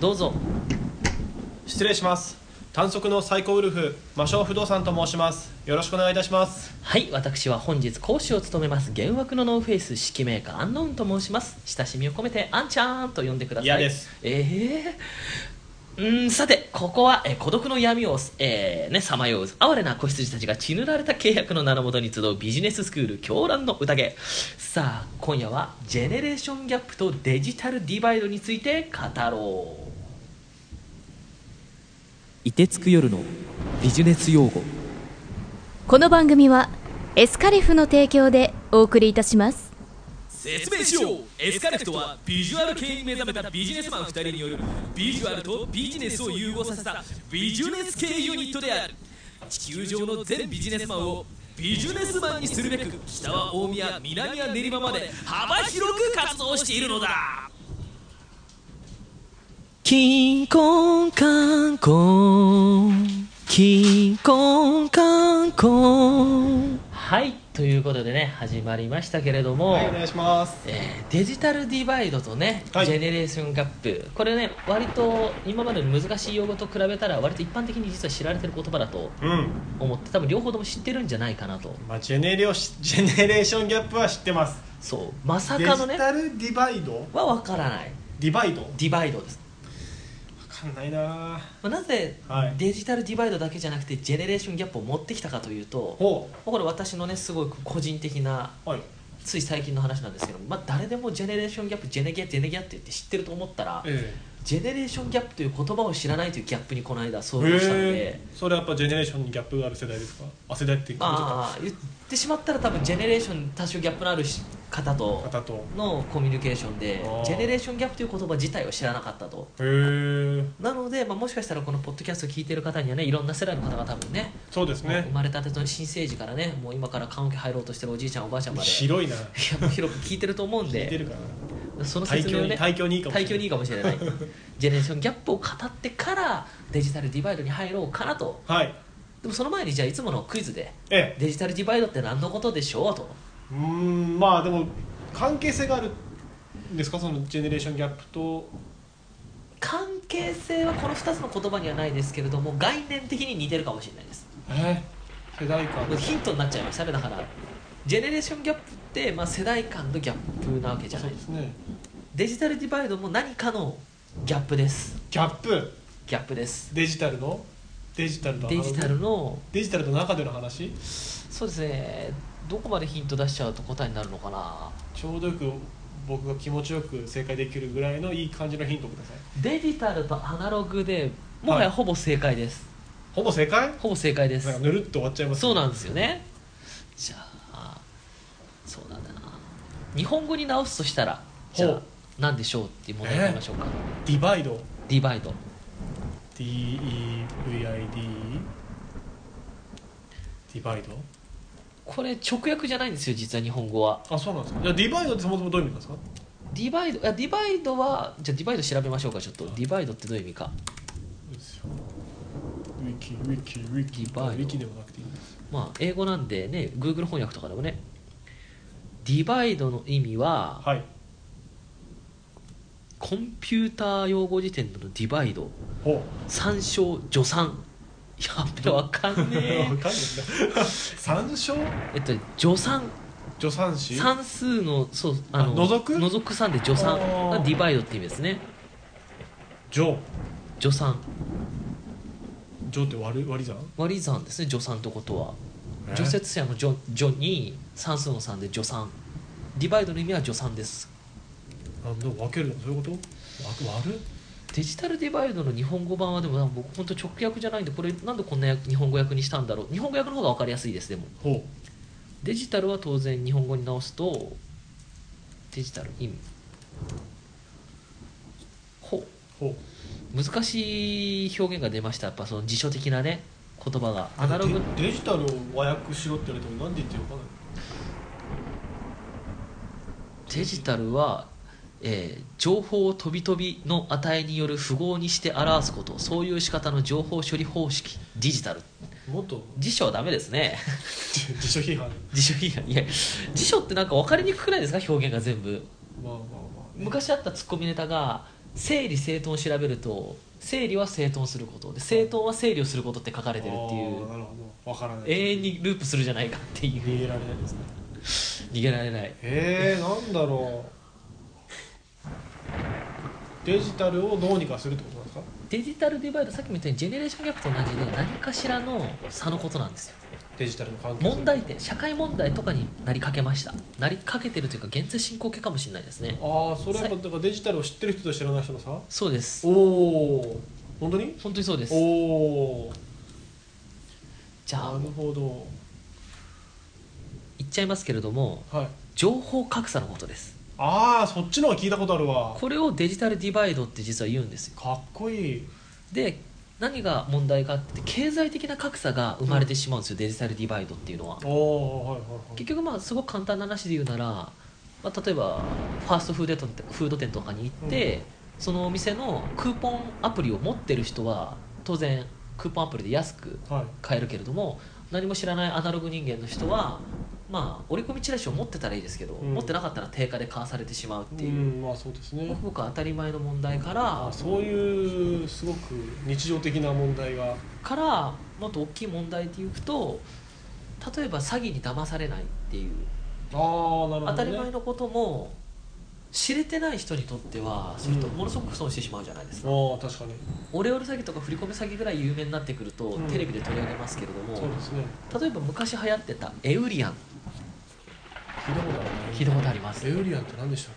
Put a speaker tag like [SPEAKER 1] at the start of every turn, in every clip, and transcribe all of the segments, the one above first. [SPEAKER 1] どうぞ
[SPEAKER 2] 失礼します単速のサイコウルフ魔性不動産と申しますよろしくお願いいたします
[SPEAKER 1] はい私は本日講師を務めます幻惑のノーフェイス指揮メーカーアンノウンと申します親しみを込めてアンちゃんと呼んでください
[SPEAKER 2] 嫌です
[SPEAKER 1] ええうんさてここは、えー孤独の闇をえーねさまよう哀れな子羊たちが血塗られた契約の名のもとに集うビジネススクール狂乱の宴さあ今夜はジェネレーションギャップとデジタルディバイドについて語ろう
[SPEAKER 3] 凍てつく夜のビジネス用語
[SPEAKER 4] この番組はエスカリフの提供でお送りいたします
[SPEAKER 5] 説明しようエスカレフトはビジュアル系に目覚めたビジネスマン2人によるビジュアルとビジネスを融合させたビジネス系ユニットである地球上の全ビジネスマンをビジネスマンにするべく北は大宮南は練馬まで幅広く活動しているのだ
[SPEAKER 1] キンコンカンコンキンコンカンコンはいということでね始まりましたけれども、
[SPEAKER 2] はいお願いします
[SPEAKER 1] えーデジタルディバイドとね、
[SPEAKER 2] はい
[SPEAKER 1] ジェネレーションギャップこれね割と今までの難しい用語と比べたら割と一般的に実は知られてる言葉だと
[SPEAKER 2] うん
[SPEAKER 1] 思って多分両方とも知ってるんじゃないかなと
[SPEAKER 2] まあジェネレオシジェネレーションギャップは知ってます
[SPEAKER 1] そうまさ
[SPEAKER 2] デ
[SPEAKER 1] かの
[SPEAKER 2] ジ
[SPEAKER 1] ね
[SPEAKER 2] タルディバイド
[SPEAKER 1] は分からない
[SPEAKER 2] ディバイドわ
[SPEAKER 1] ディバイドです
[SPEAKER 2] かんないな
[SPEAKER 1] まあなぜ
[SPEAKER 2] はい
[SPEAKER 1] デジタルディバイドだけじゃなくてジェネレーションギャップを持ってきたかというと
[SPEAKER 2] ほ
[SPEAKER 1] これ私のねすごい個人的な
[SPEAKER 2] うはい
[SPEAKER 1] つい最近の話なんですけど、まあ、誰でもジェネレーションギャップジェネギャジェネギャって言って知ってると思ったら
[SPEAKER 2] え
[SPEAKER 1] ジェネレーションギャップという言葉を知らないというギャップにこの間
[SPEAKER 2] え
[SPEAKER 1] 遭遇したので、
[SPEAKER 2] それはやっぱジェネレーションにギャップがある世代ですかあ世代っていうか
[SPEAKER 1] まあ言ってしまったら多分ジェネレーション多少ギャップのあるし方と
[SPEAKER 2] 方とへ
[SPEAKER 1] のコミュニケーションで
[SPEAKER 2] あー
[SPEAKER 1] ジェネレーションギャップという言葉自体を知らなかったと。
[SPEAKER 2] え
[SPEAKER 1] なので、まあ、もしかしたらこのポッドキャストを聞いてる方にはねいろんな世代の方が多分ね
[SPEAKER 2] そうです
[SPEAKER 1] もう
[SPEAKER 2] ね
[SPEAKER 1] 生まれたての新生児からねもう今から棺桶入ろうとしてるおじいちゃんおばあちゃんまで
[SPEAKER 2] 広いない
[SPEAKER 1] やもう広く聞いてると思うん
[SPEAKER 2] 聞いて
[SPEAKER 1] で
[SPEAKER 2] るから
[SPEAKER 1] その
[SPEAKER 2] 対
[SPEAKER 1] 説
[SPEAKER 2] 響
[SPEAKER 1] 明を
[SPEAKER 2] に
[SPEAKER 1] ね
[SPEAKER 2] 対響にいいかもしれ
[SPEAKER 1] 対
[SPEAKER 2] ない
[SPEAKER 1] 響にいいかもしれないジェネレーションギャップを語ってからデジタルディバイドに入ろうかなと
[SPEAKER 2] はい
[SPEAKER 1] でもその前にじゃあいつものクイズで
[SPEAKER 2] ええ
[SPEAKER 1] デジタルディバイドって何のことでしょうと
[SPEAKER 2] うーんまあでも関係性があるんですかそのジェネレーションギャップと
[SPEAKER 1] 関係性はこの2つの言葉にはないですけれども概念的に似てるかもしれないです
[SPEAKER 2] え世代間
[SPEAKER 1] もうヒントになっちゃいましたねだからジェネレーションギャップって、まあ、世代間のギャップなわけじゃ
[SPEAKER 2] そ
[SPEAKER 1] な
[SPEAKER 2] う
[SPEAKER 1] いで
[SPEAKER 2] ですすね
[SPEAKER 1] デジタルディバイドも何かのギャップです
[SPEAKER 2] ギャップ
[SPEAKER 1] ギャップです
[SPEAKER 2] デジタルのデジタルと
[SPEAKER 1] デジタルの
[SPEAKER 2] デジタルの中での話
[SPEAKER 1] そうですねどこまでヒント出しちゃうと答えになるのかな
[SPEAKER 2] ちょうどよく僕が気持ちよく正解できるぐらいのいい感じのヒントをください
[SPEAKER 1] デジタルとアナログでもは
[SPEAKER 2] は
[SPEAKER 1] や
[SPEAKER 2] い
[SPEAKER 1] ほぼ正解です、
[SPEAKER 2] ほぼ正解
[SPEAKER 1] ほぼ正解です
[SPEAKER 2] なんかぬるっと終わっちゃいます
[SPEAKER 1] そうなん
[SPEAKER 2] す
[SPEAKER 1] ですよねじゃあそうだな日本語に直すとしたらじゃ
[SPEAKER 2] ほ
[SPEAKER 1] あ
[SPEAKER 2] う
[SPEAKER 1] 何でしょうっていう問題になりましょうか、
[SPEAKER 2] ディバイド
[SPEAKER 1] ディバイド
[SPEAKER 2] DEVID ディバイド
[SPEAKER 1] これ直訳じゃないんですよ実は日本語は
[SPEAKER 2] あそうなんですかじゃあディバイドってそもそもどういう意味なんですか
[SPEAKER 1] ディバイドあディバイドはじゃあディバイド調べましょうかちょっとディバイドってどういう意味か
[SPEAKER 2] そうですよウィキウィキウィキ
[SPEAKER 1] ディバイド
[SPEAKER 2] ウィキでもなくていいんです
[SPEAKER 1] まあ英語なんでね Google 翻訳とかでもねディバイドの意味は
[SPEAKER 2] はい
[SPEAKER 1] コンピューター用語辞典のディバイド
[SPEAKER 2] ほ
[SPEAKER 1] 参照助産やっべわかん
[SPEAKER 2] う わか
[SPEAKER 1] ね
[SPEAKER 2] んないんだ 三勝
[SPEAKER 1] ええっと助産
[SPEAKER 2] 助産師
[SPEAKER 1] 算数のそうあの
[SPEAKER 2] あ除く
[SPEAKER 1] 除く算で助産
[SPEAKER 2] あー
[SPEAKER 1] がディバイドって意味ですね
[SPEAKER 2] ジョー
[SPEAKER 1] 助産
[SPEAKER 2] ジョーって割る割り算
[SPEAKER 1] 割り算ですね助産ってことは
[SPEAKER 2] え
[SPEAKER 1] 除雪者の助助に算数の算で助産ディバイドの意味は助産です
[SPEAKER 2] なんだ分けるのそういうことわ割る
[SPEAKER 1] デジタルディバイドの日本語版はでも僕本当直訳じゃないんでこれなんでこんな訳日本語訳にしたんだろう日本語訳の方が分かりやすいですでも
[SPEAKER 2] ほ
[SPEAKER 1] デジタルは当然日本語に直すとデジタル意味ほ
[SPEAKER 2] うほ
[SPEAKER 1] う難しい表現が出ましたやっぱその辞書的なね言葉が
[SPEAKER 2] う
[SPEAKER 1] アナログ
[SPEAKER 2] デデジタルを和訳しろって言われてもなんで言ってるかわかん
[SPEAKER 1] デジタルは、えー情報を飛び飛びの値による符号にして表すことそういう仕方の情報処理方式デジタル
[SPEAKER 2] ないもっと
[SPEAKER 1] 辞書はダメですね
[SPEAKER 2] 辞書批判
[SPEAKER 1] 辞書以外いや辞書ってなんか分かりにくくないですか表現が全部
[SPEAKER 2] まあまあまあ
[SPEAKER 1] 昔あったツッコミネタが整理整頓を調べると整理は整頓することで整頓は整理をすることって書かれてるってい
[SPEAKER 2] あーな
[SPEAKER 1] う
[SPEAKER 2] るほどわからない
[SPEAKER 1] 永遠にループするじゃないかっていう
[SPEAKER 2] 逃げられないですね
[SPEAKER 1] 逃げられない
[SPEAKER 2] えー、なんだろうデジタルをどうにかするってことなんですか
[SPEAKER 1] デジタルディバイドさっきも言ったようにジェネレーションギャップと同じで何かしらの差のことなんですよ
[SPEAKER 2] デジタルの関係性
[SPEAKER 1] 問題点社会問題とかになりかけましたなりかけてるというか現在進行形かもしれないですね
[SPEAKER 2] ああそれはやっぱだからデジタルを知ってる人と知らない人のさ
[SPEAKER 1] そうです
[SPEAKER 2] おお本当に
[SPEAKER 1] 本当にそうです
[SPEAKER 2] おお
[SPEAKER 1] じゃあ
[SPEAKER 2] なるほど
[SPEAKER 1] 言っちゃいますけれども
[SPEAKER 2] はい
[SPEAKER 1] 情報格差のことです
[SPEAKER 2] ああそっちのは聞いたことあるわ
[SPEAKER 1] これをデジタルディバイドって実は言うんですよ
[SPEAKER 2] かっこいい
[SPEAKER 1] で何が問題かって経済的な格差が生まれてしまうんですよ、デジタルディバイドっていうのは
[SPEAKER 2] おおはいはいはい
[SPEAKER 1] 結局まあすごく簡単な話で言うなら、まあ、例えばファーストフード店フード店とかに行って、そのお店のクーポンアプリを持ってる人は当然クーポンアプリで安く
[SPEAKER 2] はい
[SPEAKER 1] 買えるけれども何も知らないアナログ人間の人は、まあ、折り込みチラシを持ってたらいいですけど、
[SPEAKER 2] うん
[SPEAKER 1] 持ってなかったら定価で買わされてしまうってい
[SPEAKER 2] う
[SPEAKER 1] う、
[SPEAKER 2] んまあそうですね
[SPEAKER 1] ごく当たり前の問題か
[SPEAKER 2] あ
[SPEAKER 1] ら
[SPEAKER 2] ーそういうすごく日常的な問題が
[SPEAKER 1] からもっと大きい問題で言うと例えば詐欺に騙されないっていう
[SPEAKER 2] ああなるほど、ね、
[SPEAKER 1] 当たり前のことも知れてない人にとってはそれと
[SPEAKER 2] うん
[SPEAKER 1] ものすごく損してしまうじゃないですか、
[SPEAKER 2] ああ確かに
[SPEAKER 1] オレオレ詐欺とか振り込め詐欺ぐらい有名になってくると、
[SPEAKER 2] うん
[SPEAKER 1] テレビで取り上げますけれど
[SPEAKER 2] そう
[SPEAKER 1] も
[SPEAKER 2] ですね
[SPEAKER 1] 例えば昔流行ってたエウリアン
[SPEAKER 2] 聞いたことあるね
[SPEAKER 1] 聞いたことあります
[SPEAKER 2] エウリアンって何でしたっ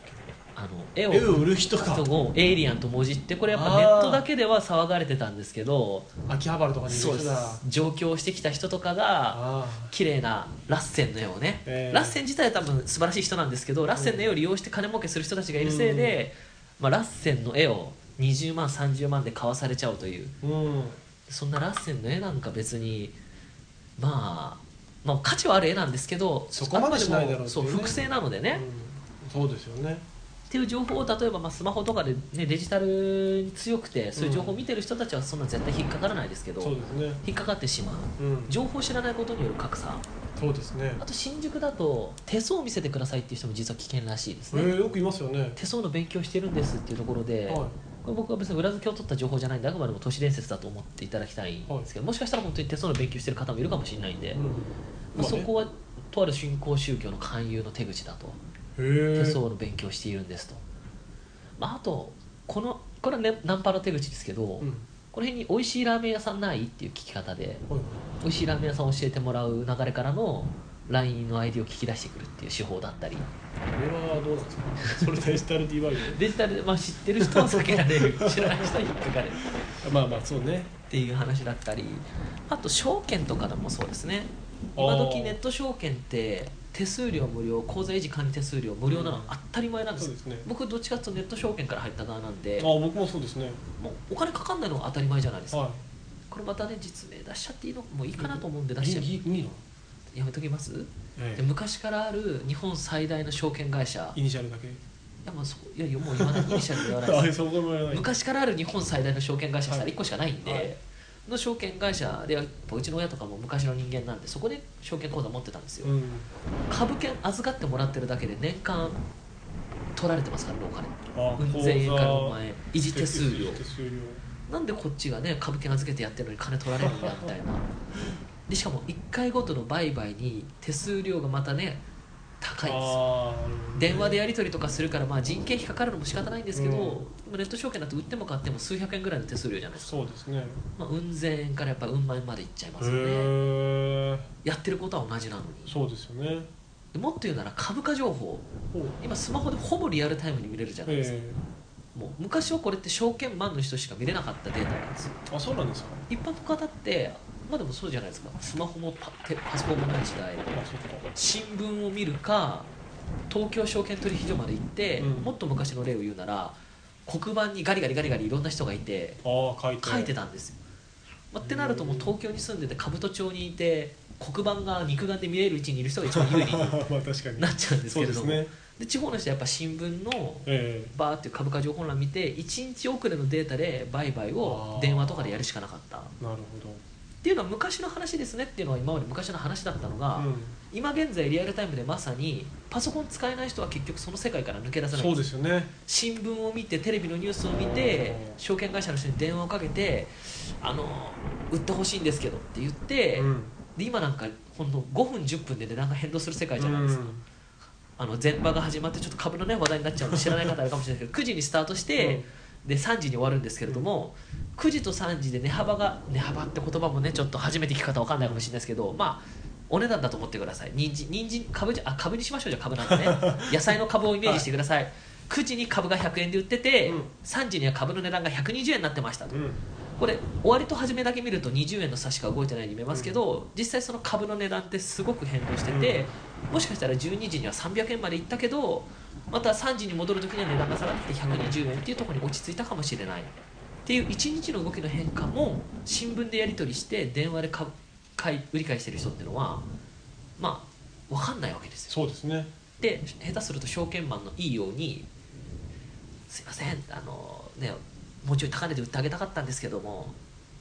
[SPEAKER 1] あの絵
[SPEAKER 2] け絵を
[SPEAKER 1] を
[SPEAKER 2] 売る人か
[SPEAKER 1] 人をエイリアンと文字ってこれやっぱネットだけでは騒がれてたんですけど
[SPEAKER 2] 秋葉原とかにいる
[SPEAKER 1] そう
[SPEAKER 2] 人
[SPEAKER 1] で
[SPEAKER 2] だ
[SPEAKER 1] す上京してきた人とかが
[SPEAKER 2] あ
[SPEAKER 1] 綺麗なラッセンの絵をね、
[SPEAKER 2] えー
[SPEAKER 1] ラッセン自体は多分素晴らしい人なんですけどラッセンの絵を利用して金儲けする人たちがいるせいで、まあ、ラッセンの絵を20万30万で買わされちゃうという
[SPEAKER 2] あうん
[SPEAKER 1] そんなラッセンの絵なんか別にまあまあ価値はある絵なんですけど
[SPEAKER 2] そこまでしないだろうっていうね
[SPEAKER 1] そう複製なのでね、
[SPEAKER 2] うんそうですよね
[SPEAKER 1] っていう情報を例えばまあスマホとかで、ね、デジタルに強くてそういう情報を見てる人たちはそんな絶対引っかからないですけど、
[SPEAKER 2] そうですね
[SPEAKER 1] 引っかかってしまう
[SPEAKER 2] うん
[SPEAKER 1] 情報を知らないことによる格差
[SPEAKER 2] そうですね
[SPEAKER 1] あと新宿だと手相を見せてくださいっていう人も実は危険らしいです
[SPEAKER 2] え
[SPEAKER 1] ね、
[SPEAKER 2] ー、よくいますよね
[SPEAKER 1] 手相の勉強してるんですっていうところで、
[SPEAKER 2] は
[SPEAKER 1] これ僕は別に裏付けを取った情報じゃないんであくまでも都市伝説だと思っていただきたいんですけど、もしかしたら本当に手相の勉強してる方もいるかもしれないんで、
[SPEAKER 2] い、うん
[SPEAKER 1] まあ
[SPEAKER 2] まあ
[SPEAKER 1] そ
[SPEAKER 2] ね
[SPEAKER 1] こはとある新興宗教の勧誘の手口だと
[SPEAKER 2] へー
[SPEAKER 1] 手相の勉強をしているんですと、まあ、あとこのこれは、ね、ナンパの手口ですけど、
[SPEAKER 2] うん
[SPEAKER 1] この辺に美味しいラーメン屋さんないっていう聞き方で
[SPEAKER 2] はい
[SPEAKER 1] 美味しいラーメン屋さんを教えてもらう流れからの LINE の ID を聞き出してくるっていう手法だったり
[SPEAKER 2] これはどうなんですか それデジタルディバイ
[SPEAKER 1] デジタルで、まあ、知ってる人は避けられ る知らない人は引っかかれるっ
[SPEAKER 2] ド まあまあそうね
[SPEAKER 1] ていう話だったりあと証券とかでもそうですね
[SPEAKER 2] あー
[SPEAKER 1] 今時ネット証券って手数料無料口座維持管理手数料無料なのは当たり前なんです,、
[SPEAKER 2] そうですね
[SPEAKER 1] 僕どっちかというとネット証券から入った側なんで
[SPEAKER 2] あ僕もそうですね
[SPEAKER 1] もうお金かかんないのが当たり前じゃないですか、
[SPEAKER 2] は
[SPEAKER 1] これまたね実名出しちゃっていいのもういいかなと思うんで
[SPEAKER 2] い
[SPEAKER 1] 出しちゃ
[SPEAKER 2] いいいい
[SPEAKER 1] う
[SPEAKER 2] の
[SPEAKER 1] やめときます
[SPEAKER 2] え
[SPEAKER 1] で
[SPEAKER 2] え
[SPEAKER 1] 昔からある日本最大の証券会社い
[SPEAKER 2] イニシャルだけ
[SPEAKER 1] やもうそういやいやもう言わないイニシャルで言わない
[SPEAKER 2] あ
[SPEAKER 1] です
[SPEAKER 2] そこもやらない
[SPEAKER 1] 昔からある日本最大の証券会社したら
[SPEAKER 2] はい
[SPEAKER 1] 1個しかないんで、
[SPEAKER 2] はい
[SPEAKER 1] の証券会社でやっぱうちの親とかも昔の人間なんでそこで証券口座持ってたんですよ、
[SPEAKER 2] うん
[SPEAKER 1] 株券預かってもらってるだけで年間取られてますからねお金
[SPEAKER 2] あ
[SPEAKER 1] うん
[SPEAKER 2] 口座
[SPEAKER 1] 千円からの前維持手数料
[SPEAKER 2] 維持手数料
[SPEAKER 1] なんでこっちがね株券預けてやってるのに金取られるんだみたいなでしかも1回ごとの売買に手数料がまたね高いんですよ
[SPEAKER 2] あーなるほどね
[SPEAKER 1] 電話でやり取りとかするから、まあ、人件費かかるのも仕方ないんですけど、
[SPEAKER 2] うん
[SPEAKER 1] でもネット証券だと売っても買っても数百円ぐらいの手数料じゃないですか、
[SPEAKER 2] そうですね
[SPEAKER 1] まあ、運善からやっぱ運満までいっちゃいますよね
[SPEAKER 2] へえ
[SPEAKER 1] やってることは同じなのに
[SPEAKER 2] そうですよね
[SPEAKER 1] でもっと言うなら株価情報
[SPEAKER 2] ほう
[SPEAKER 1] 今スマホでほぼリアルタイムに見れるじゃないですか、
[SPEAKER 2] え
[SPEAKER 1] もう昔はこれって証券マンの人しか見れなかったデータなんですよ
[SPEAKER 2] えあそうなんですか
[SPEAKER 1] 一般の方ってまあでもそうじゃないですかスマホもパテパソコンもない時代
[SPEAKER 2] あそっか
[SPEAKER 1] 新聞を見るか東京証券取引所まで行って、
[SPEAKER 2] うん
[SPEAKER 1] もっと昔の例を言うなら黒板にガリガリガリガリいろんな人がいて
[SPEAKER 2] ああ書いて
[SPEAKER 1] 書いてたんですよ、まあってなるともう東京に住んでて兜町にいて黒板が肉眼で見える位置にいる人が一番有利
[SPEAKER 2] まあ
[SPEAKER 1] に
[SPEAKER 2] 確かに
[SPEAKER 1] なっちゃうんですけれど
[SPEAKER 2] そ
[SPEAKER 1] も
[SPEAKER 2] うですね
[SPEAKER 1] で地方の人はやっぱ新聞の
[SPEAKER 2] え
[SPEAKER 1] バーっていう株価情報欄見て1日遅れのデータで売買を電話とかでやるしかなかった
[SPEAKER 2] えなるほど
[SPEAKER 1] っていうのは昔の話ですねっていうのは今まで昔の話だったのが、
[SPEAKER 2] うん
[SPEAKER 1] 今現在リアルタイムでまさにパソコン使えない人は結局その世界から抜け出せない
[SPEAKER 2] そうですよね
[SPEAKER 1] 新聞を見てテレビのニュースを見て証券会社の人に電話をかけてあの売ってほしいんですけどって言って、
[SPEAKER 2] うん
[SPEAKER 1] で今なんかほんの5分10分で値段が変動する世界じゃないですか、あの前場が始まってちょっと株のね話題になっちゃうの知らない方あるかもしれないです けど9時にスタートして、で3時に終わるんですけれども、9時と3時で値幅が値幅って言葉もねちょっと初めて聞く方わかんないかもしれないですけどまあお値段だと思ってください人参人参株じゃあ株にしましょうじゃあ株なんで ね野菜の株をイメージしてください、9時に株が100円で売ってて、
[SPEAKER 2] うん
[SPEAKER 1] 3時には株の値段が120円になってましたと
[SPEAKER 2] うん、うん
[SPEAKER 1] これ終わりと始めだけ見ると20円の差しか動いてないように見えますけど、実際その株の値段ってすごく変動してて、もしかしたら12時には300円までいったけどまた3時に戻る時には値段が下がって120円っていうところに落ち着いたかもしれないっていう1日の動きの変化も新聞でやり取りして電話で買う買い売り買いしてる人っていうのはまあ分かんないわけですよ
[SPEAKER 2] そうですね
[SPEAKER 1] で下手すると証券マンのいいように「すいませんあのねもうちょい高値で売ってあげたかったんですけども」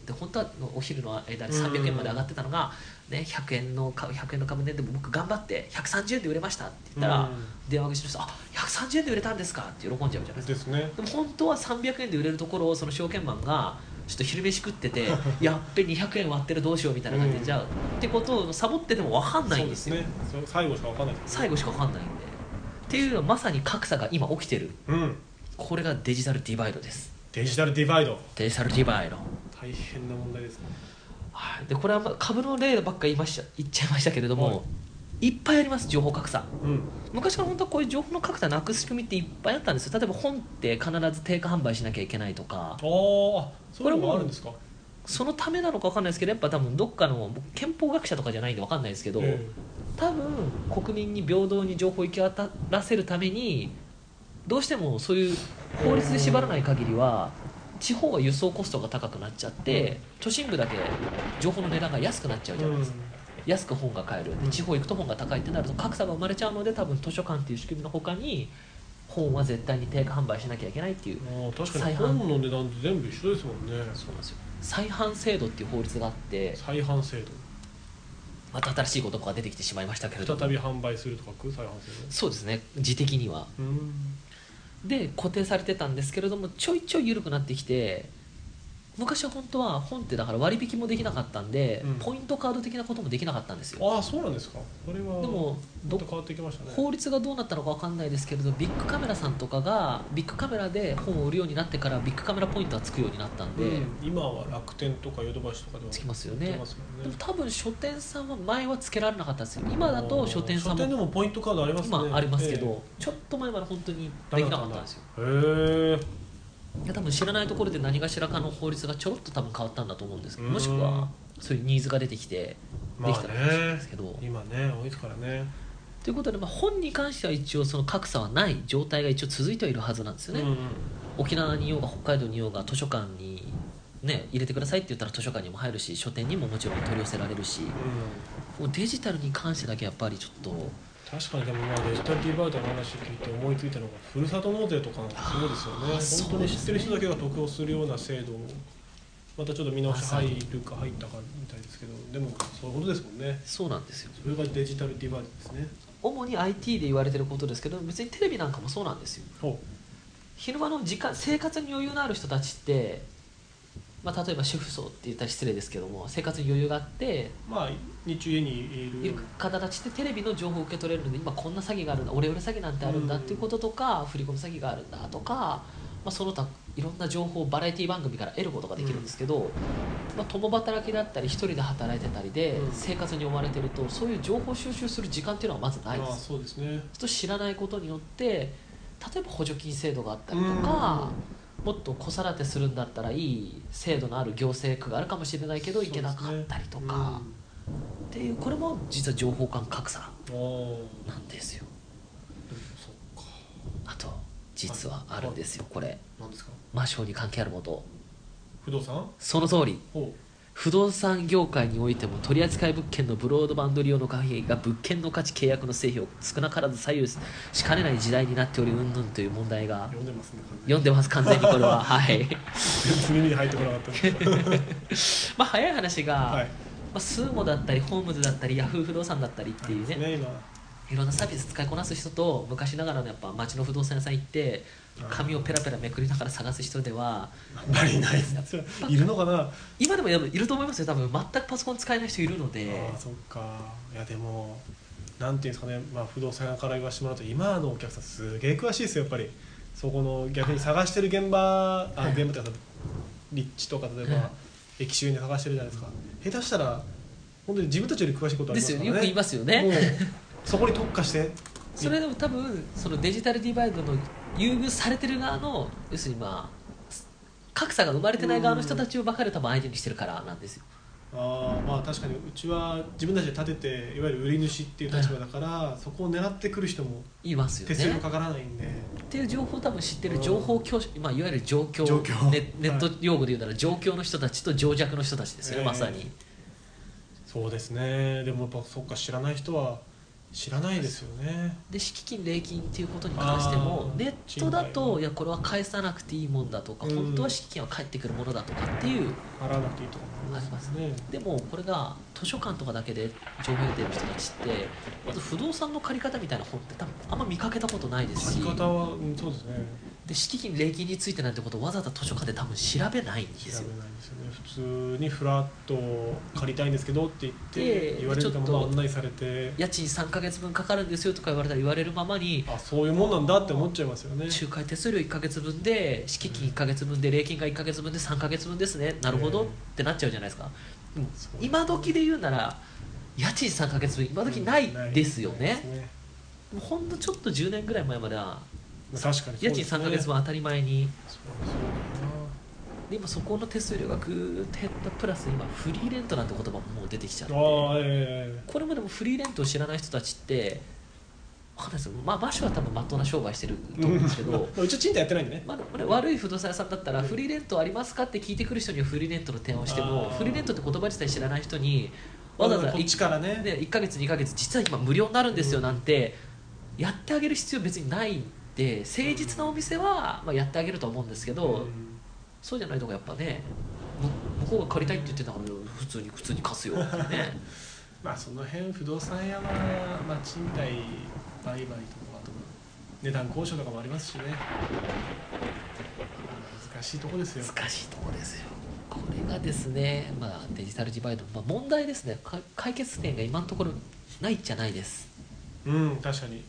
[SPEAKER 1] で本当はお昼の間で300円まで上がってたのが、ね、100, 円の株100円の株ねでも僕頑張って130円で売れましたって言ったら、
[SPEAKER 2] うん
[SPEAKER 1] 電話口の人あ130円で売れたんですか」って喜んじゃうじゃないですか
[SPEAKER 2] ですね
[SPEAKER 1] でも本当は300円で売れるところをその証券マンがちょっと昼飯食って てやっべ200円割ってるどうしようみたいな感じでじゃあ、ってことをサボってでも分かんない
[SPEAKER 2] そ
[SPEAKER 1] ん
[SPEAKER 2] う
[SPEAKER 1] で
[SPEAKER 2] ですす
[SPEAKER 1] よ
[SPEAKER 2] ねそう最後しかわかんない
[SPEAKER 1] 最後しか分かんないんでっていうのはまさに格差が今起きてる
[SPEAKER 2] うん
[SPEAKER 1] これがデジタルディバイドです
[SPEAKER 2] デジタルディバイド
[SPEAKER 1] デジタルディバイド
[SPEAKER 2] 大変な問題ですね
[SPEAKER 1] はいでこれはまあ株の例ばっかり言いました言っちゃいましたけれども、い、っぱいあります情報格差
[SPEAKER 2] うん
[SPEAKER 1] 昔から本当はこういう情報の格差なくす仕組みっていっぱいあったんですよ例えば本って必ず定価販売しなきゃいけないとか
[SPEAKER 2] あーあそういうの
[SPEAKER 1] これも
[SPEAKER 2] があるんですか
[SPEAKER 1] そのためなのか分かんないですけどやっぱ多分どっかの僕憲法学者とかじゃないんで分かんないですけど、
[SPEAKER 2] え
[SPEAKER 1] 多分国民に平等に情報を行き渡らせるためにどうしてもそういう法律で縛らない限りは地方は輸送コストが高くなっちゃって都心部だけ情報の値段が安くなっちゃう
[SPEAKER 2] え
[SPEAKER 1] じゃないですか、安く本が買える
[SPEAKER 2] うん
[SPEAKER 1] 地方行くと本が高いってなると格差が生まれちゃうので多分図書館っていう仕組みの他に本は絶対に定価販売しなきゃいけないっていう
[SPEAKER 2] うんあー確か
[SPEAKER 1] 再
[SPEAKER 2] に
[SPEAKER 1] 販
[SPEAKER 2] 本の値段って全部一緒ですもんね
[SPEAKER 1] そうなんですよ再販制度っていう法律があって
[SPEAKER 2] 再販制
[SPEAKER 1] また新しい言葉が出てきてしまいましたけれど
[SPEAKER 2] 度
[SPEAKER 1] も
[SPEAKER 2] 再び販売するとか再販制
[SPEAKER 1] そうですね自的には
[SPEAKER 2] 度うん
[SPEAKER 1] で固定されてたんですけれどもちょいちょい緩くなってきて昔は本当は本ってだから割引もできなかったんで、
[SPEAKER 2] うん
[SPEAKER 1] ポイントカード的なこともできなかったんですよ
[SPEAKER 2] ああそうなんですかそれは
[SPEAKER 1] でも
[SPEAKER 2] ちょっと変わってきましたね
[SPEAKER 1] 法律がどうなったのか分かんないですけれどビッグカメラさんとかがビッグカメラで本を売るようになってからビッグカメラポイントがつくようになったんで、
[SPEAKER 2] うん今は楽天とかヨドバシとかでは
[SPEAKER 1] つきますよ
[SPEAKER 2] 売って
[SPEAKER 1] ね
[SPEAKER 2] ますもんね
[SPEAKER 1] でも多分書店さんは前はつけられなかったんですよ今だと書店さん
[SPEAKER 2] 書店で
[SPEAKER 1] も
[SPEAKER 2] もポイントカードありますね
[SPEAKER 1] 今ありますけど、ちょっと前まで本当に
[SPEAKER 2] ええ
[SPEAKER 1] できなかったんですよ
[SPEAKER 2] へえ
[SPEAKER 1] いや多分知らないところで何かしらかの法律がちょろっと多分変わったんだと思うんですけど
[SPEAKER 2] うん
[SPEAKER 1] もしくはそういうニーズが出てきて
[SPEAKER 2] ま
[SPEAKER 1] でき
[SPEAKER 2] あ
[SPEAKER 1] たらかもしれない
[SPEAKER 2] ね
[SPEAKER 1] ですけど、
[SPEAKER 2] 今ね多いですからね
[SPEAKER 1] ということで、まあ、本に関しては一応その格差はない状態が一応続いてはいるはずなんですよね、
[SPEAKER 2] うんうん
[SPEAKER 1] 沖縄にいようが北海道にいようが図書館に、ね、入れてくださいって言ったら図書館にも入るし書店にももちろん取り寄せられるしもうデジタルに関してだけやっぱりちょっと
[SPEAKER 2] 確かにでもまあデジタルディバイドの話聞いて思いついたのがふるさと納税とかなんかそう
[SPEAKER 1] あー
[SPEAKER 2] ですよね
[SPEAKER 1] そう
[SPEAKER 2] 本当
[SPEAKER 1] で
[SPEAKER 2] に
[SPEAKER 1] すね
[SPEAKER 2] 知ってる人だけが得をするような制度をまたちょっと見直し入るか入ったかみたいですけどでもそういうことですもんね
[SPEAKER 1] そうなんですよ
[SPEAKER 2] それがデジタルディバイドですね
[SPEAKER 1] 主に IT で言われてることですけど別にテレビなんかもそうなんですよ
[SPEAKER 2] ほ
[SPEAKER 1] 昼間の時間生活に余裕のある人たちって、まあ、例えば主婦層って言ったら失礼ですけども生活に余裕があって
[SPEAKER 2] うまあ日中家にいる
[SPEAKER 1] いる方たちってテレビの情報を受け取れるので今こんな詐欺があるんだオレオレ詐欺なんてあるんだ
[SPEAKER 2] う
[SPEAKER 1] っ
[SPEAKER 2] ん
[SPEAKER 1] ていうこととか振り込み詐欺があるんだとか、まあ、その他いろんな情報をバラエティ番組から得ることができるんですけど、まあ、共働きだったり一人で働いてたりで
[SPEAKER 2] うん
[SPEAKER 1] 生活に追われてるとそういう情報収集する時間っていうのはまずないで
[SPEAKER 2] ああ
[SPEAKER 1] す。
[SPEAKER 2] そうですね
[SPEAKER 1] ちょっと知らないことによって例えば補助金制度があったりとか、もっと子育てするんだったらいい制度のある行政区があるかもしれないけど行けなかったりとか、っていうこれも実は情報間格差
[SPEAKER 2] そうですねうんああ
[SPEAKER 1] なんですよ
[SPEAKER 2] でもそうか
[SPEAKER 1] あと実はあるんですよこれ
[SPEAKER 2] なんですか
[SPEAKER 1] 魔性に関係あること
[SPEAKER 2] 不動産
[SPEAKER 1] その通り
[SPEAKER 2] ほ
[SPEAKER 1] 不動産業界においても取扱物件のブロードバンド利用の貨幣が物件の価値契約の成否を少なからず左右しかねない時代になっておりうんぬんという問題が
[SPEAKER 2] 読んでますね
[SPEAKER 1] 読んでます完全にこ れははい
[SPEAKER 2] 耳に入ってこなかったです
[SPEAKER 1] まあ早い話が、
[SPEAKER 2] はい
[SPEAKER 1] ま あ、スーモだったりホームズだったりヤフー不動産だったりっていうね
[SPEAKER 2] ね今
[SPEAKER 1] いろんなサービス使いこなす人と昔ながらのやっぱ街の不動産屋さん行って紙をペラペラめくりながら探す人では
[SPEAKER 2] あんまりいないですねいるのかな
[SPEAKER 1] 今でもいると思いますよ多分全くパソコン使えない人いるので
[SPEAKER 2] ああそっかいやでもなんていうんですかね、まあ、不動産屋から言わせてもらうと今のお客さんすげえ詳しいですよやっぱりそこの逆に探してる現場あ現場っていうか立地とか例え
[SPEAKER 1] はい
[SPEAKER 2] ば駅周辺で探してるじゃないですか下手したら本当に自分たちより詳しいことありますからね
[SPEAKER 1] ですよねよく言いますよね
[SPEAKER 2] もうそこに特化して
[SPEAKER 1] それでも多分そのデジタルディバイドの優遇されてる側の要するにまあ格差が生まれてない側の人たちをばかり多分相手にしてるからなんですよ
[SPEAKER 2] あーまあ確かにうちは自分たちで建てていわゆる売り主っていう立場だからそこを狙ってくる人も
[SPEAKER 1] いますよ
[SPEAKER 2] 手数料
[SPEAKER 1] ね
[SPEAKER 2] かからないんで、
[SPEAKER 1] っていう情報を多分知ってる情報教師、まあ、いわゆる状況
[SPEAKER 2] 状況
[SPEAKER 1] ネネット用語で言うなら状況の人たちと情弱の人たちですよね、
[SPEAKER 2] ええ
[SPEAKER 1] まさに
[SPEAKER 2] そうですねでもやっぱそっか知らない人は知らないですよね
[SPEAKER 1] で敷金礼金っていうことに関しても
[SPEAKER 2] あー
[SPEAKER 1] ネットだ
[SPEAKER 2] 賃貸
[SPEAKER 1] と
[SPEAKER 2] ね
[SPEAKER 1] いやこれは返さなくていいもんだとか
[SPEAKER 2] うん
[SPEAKER 1] 本当は敷金は返ってくるものだとかっていう
[SPEAKER 2] 払わなくていいとかも
[SPEAKER 1] あります
[SPEAKER 2] ね
[SPEAKER 1] でもこれが図書館とかだけで情報を得てる人たちってまず不動産の借り方みたいな本って多分あんま見かけたことないですし
[SPEAKER 2] 借り方は、うん、そうですね
[SPEAKER 1] で敷金礼金についてなんてことをわざわざ図書館で多分調べないんで
[SPEAKER 2] 調
[SPEAKER 1] すよ
[SPEAKER 2] べないんですよね普通にフラット借りたいんですけどって言って
[SPEAKER 1] で
[SPEAKER 2] 言われる
[SPEAKER 1] ち
[SPEAKER 2] た
[SPEAKER 1] ょっ
[SPEAKER 2] ま
[SPEAKER 1] と
[SPEAKER 2] ま案内されて
[SPEAKER 1] 家賃3ヶ月分かかるんですよとか言われたら言われるままに
[SPEAKER 2] あそういうもんなんだって思っちゃいますよね
[SPEAKER 1] 仲介手数料1ヶ月分で敷金1ヶ月分で礼金が1ヶ月分で3ヶ月分ですねなるほど
[SPEAKER 2] え
[SPEAKER 1] っ
[SPEAKER 2] え
[SPEAKER 1] てなっちゃうじゃないですかでも
[SPEAKER 2] そう
[SPEAKER 1] 今時で言うなら家賃3ヶ月分今時ないですよ
[SPEAKER 2] ない
[SPEAKER 1] ね
[SPEAKER 2] ですね
[SPEAKER 1] もうほんのちょっと10年ぐらい前までは
[SPEAKER 2] まあ確かにそうですね
[SPEAKER 1] 家賃3ヶ月分当たり前に
[SPEAKER 2] そうですよね
[SPEAKER 1] で今そこの手数料がぐーっと減ったプラス今フリーレントなんて言葉ももう出てきちゃって
[SPEAKER 2] ああえ
[SPEAKER 1] これまでもフリーレントを知らない人たちってわかんないですよまあ場所は多分まっとうな商売してる
[SPEAKER 2] え
[SPEAKER 1] と思うんですけ ど、
[SPEAKER 2] うちは賃貸やってないんでね
[SPEAKER 1] まあ、これ悪い不動産屋さんだったらフリーレントありますかって聞いてくる人にはフリーレントの提案をしても
[SPEAKER 2] あー
[SPEAKER 1] フリーレントって言葉自体知らない人にわざわざ
[SPEAKER 2] こっちからね
[SPEAKER 1] ね、1ヶ月2ヶ月実は今無料になるんですよなんて、やってあげる必要別にないんで誠実なお店は、まあ、やってあげると思うんですけど、
[SPEAKER 2] うん
[SPEAKER 1] そうじゃないとこやっぱねむ向こうが借りたいって言ってたから普通に普通に貸すよって ね
[SPEAKER 2] まあその辺不動産屋は、まあ、賃貸売買とかあと値段交渉とかもありますしね難しいとこですよ
[SPEAKER 1] 難しいとこですよこれがですね、まあ、デジタルディバイド、まあ、問題ですねか解決点が今のところないじゃないです
[SPEAKER 2] うん確かに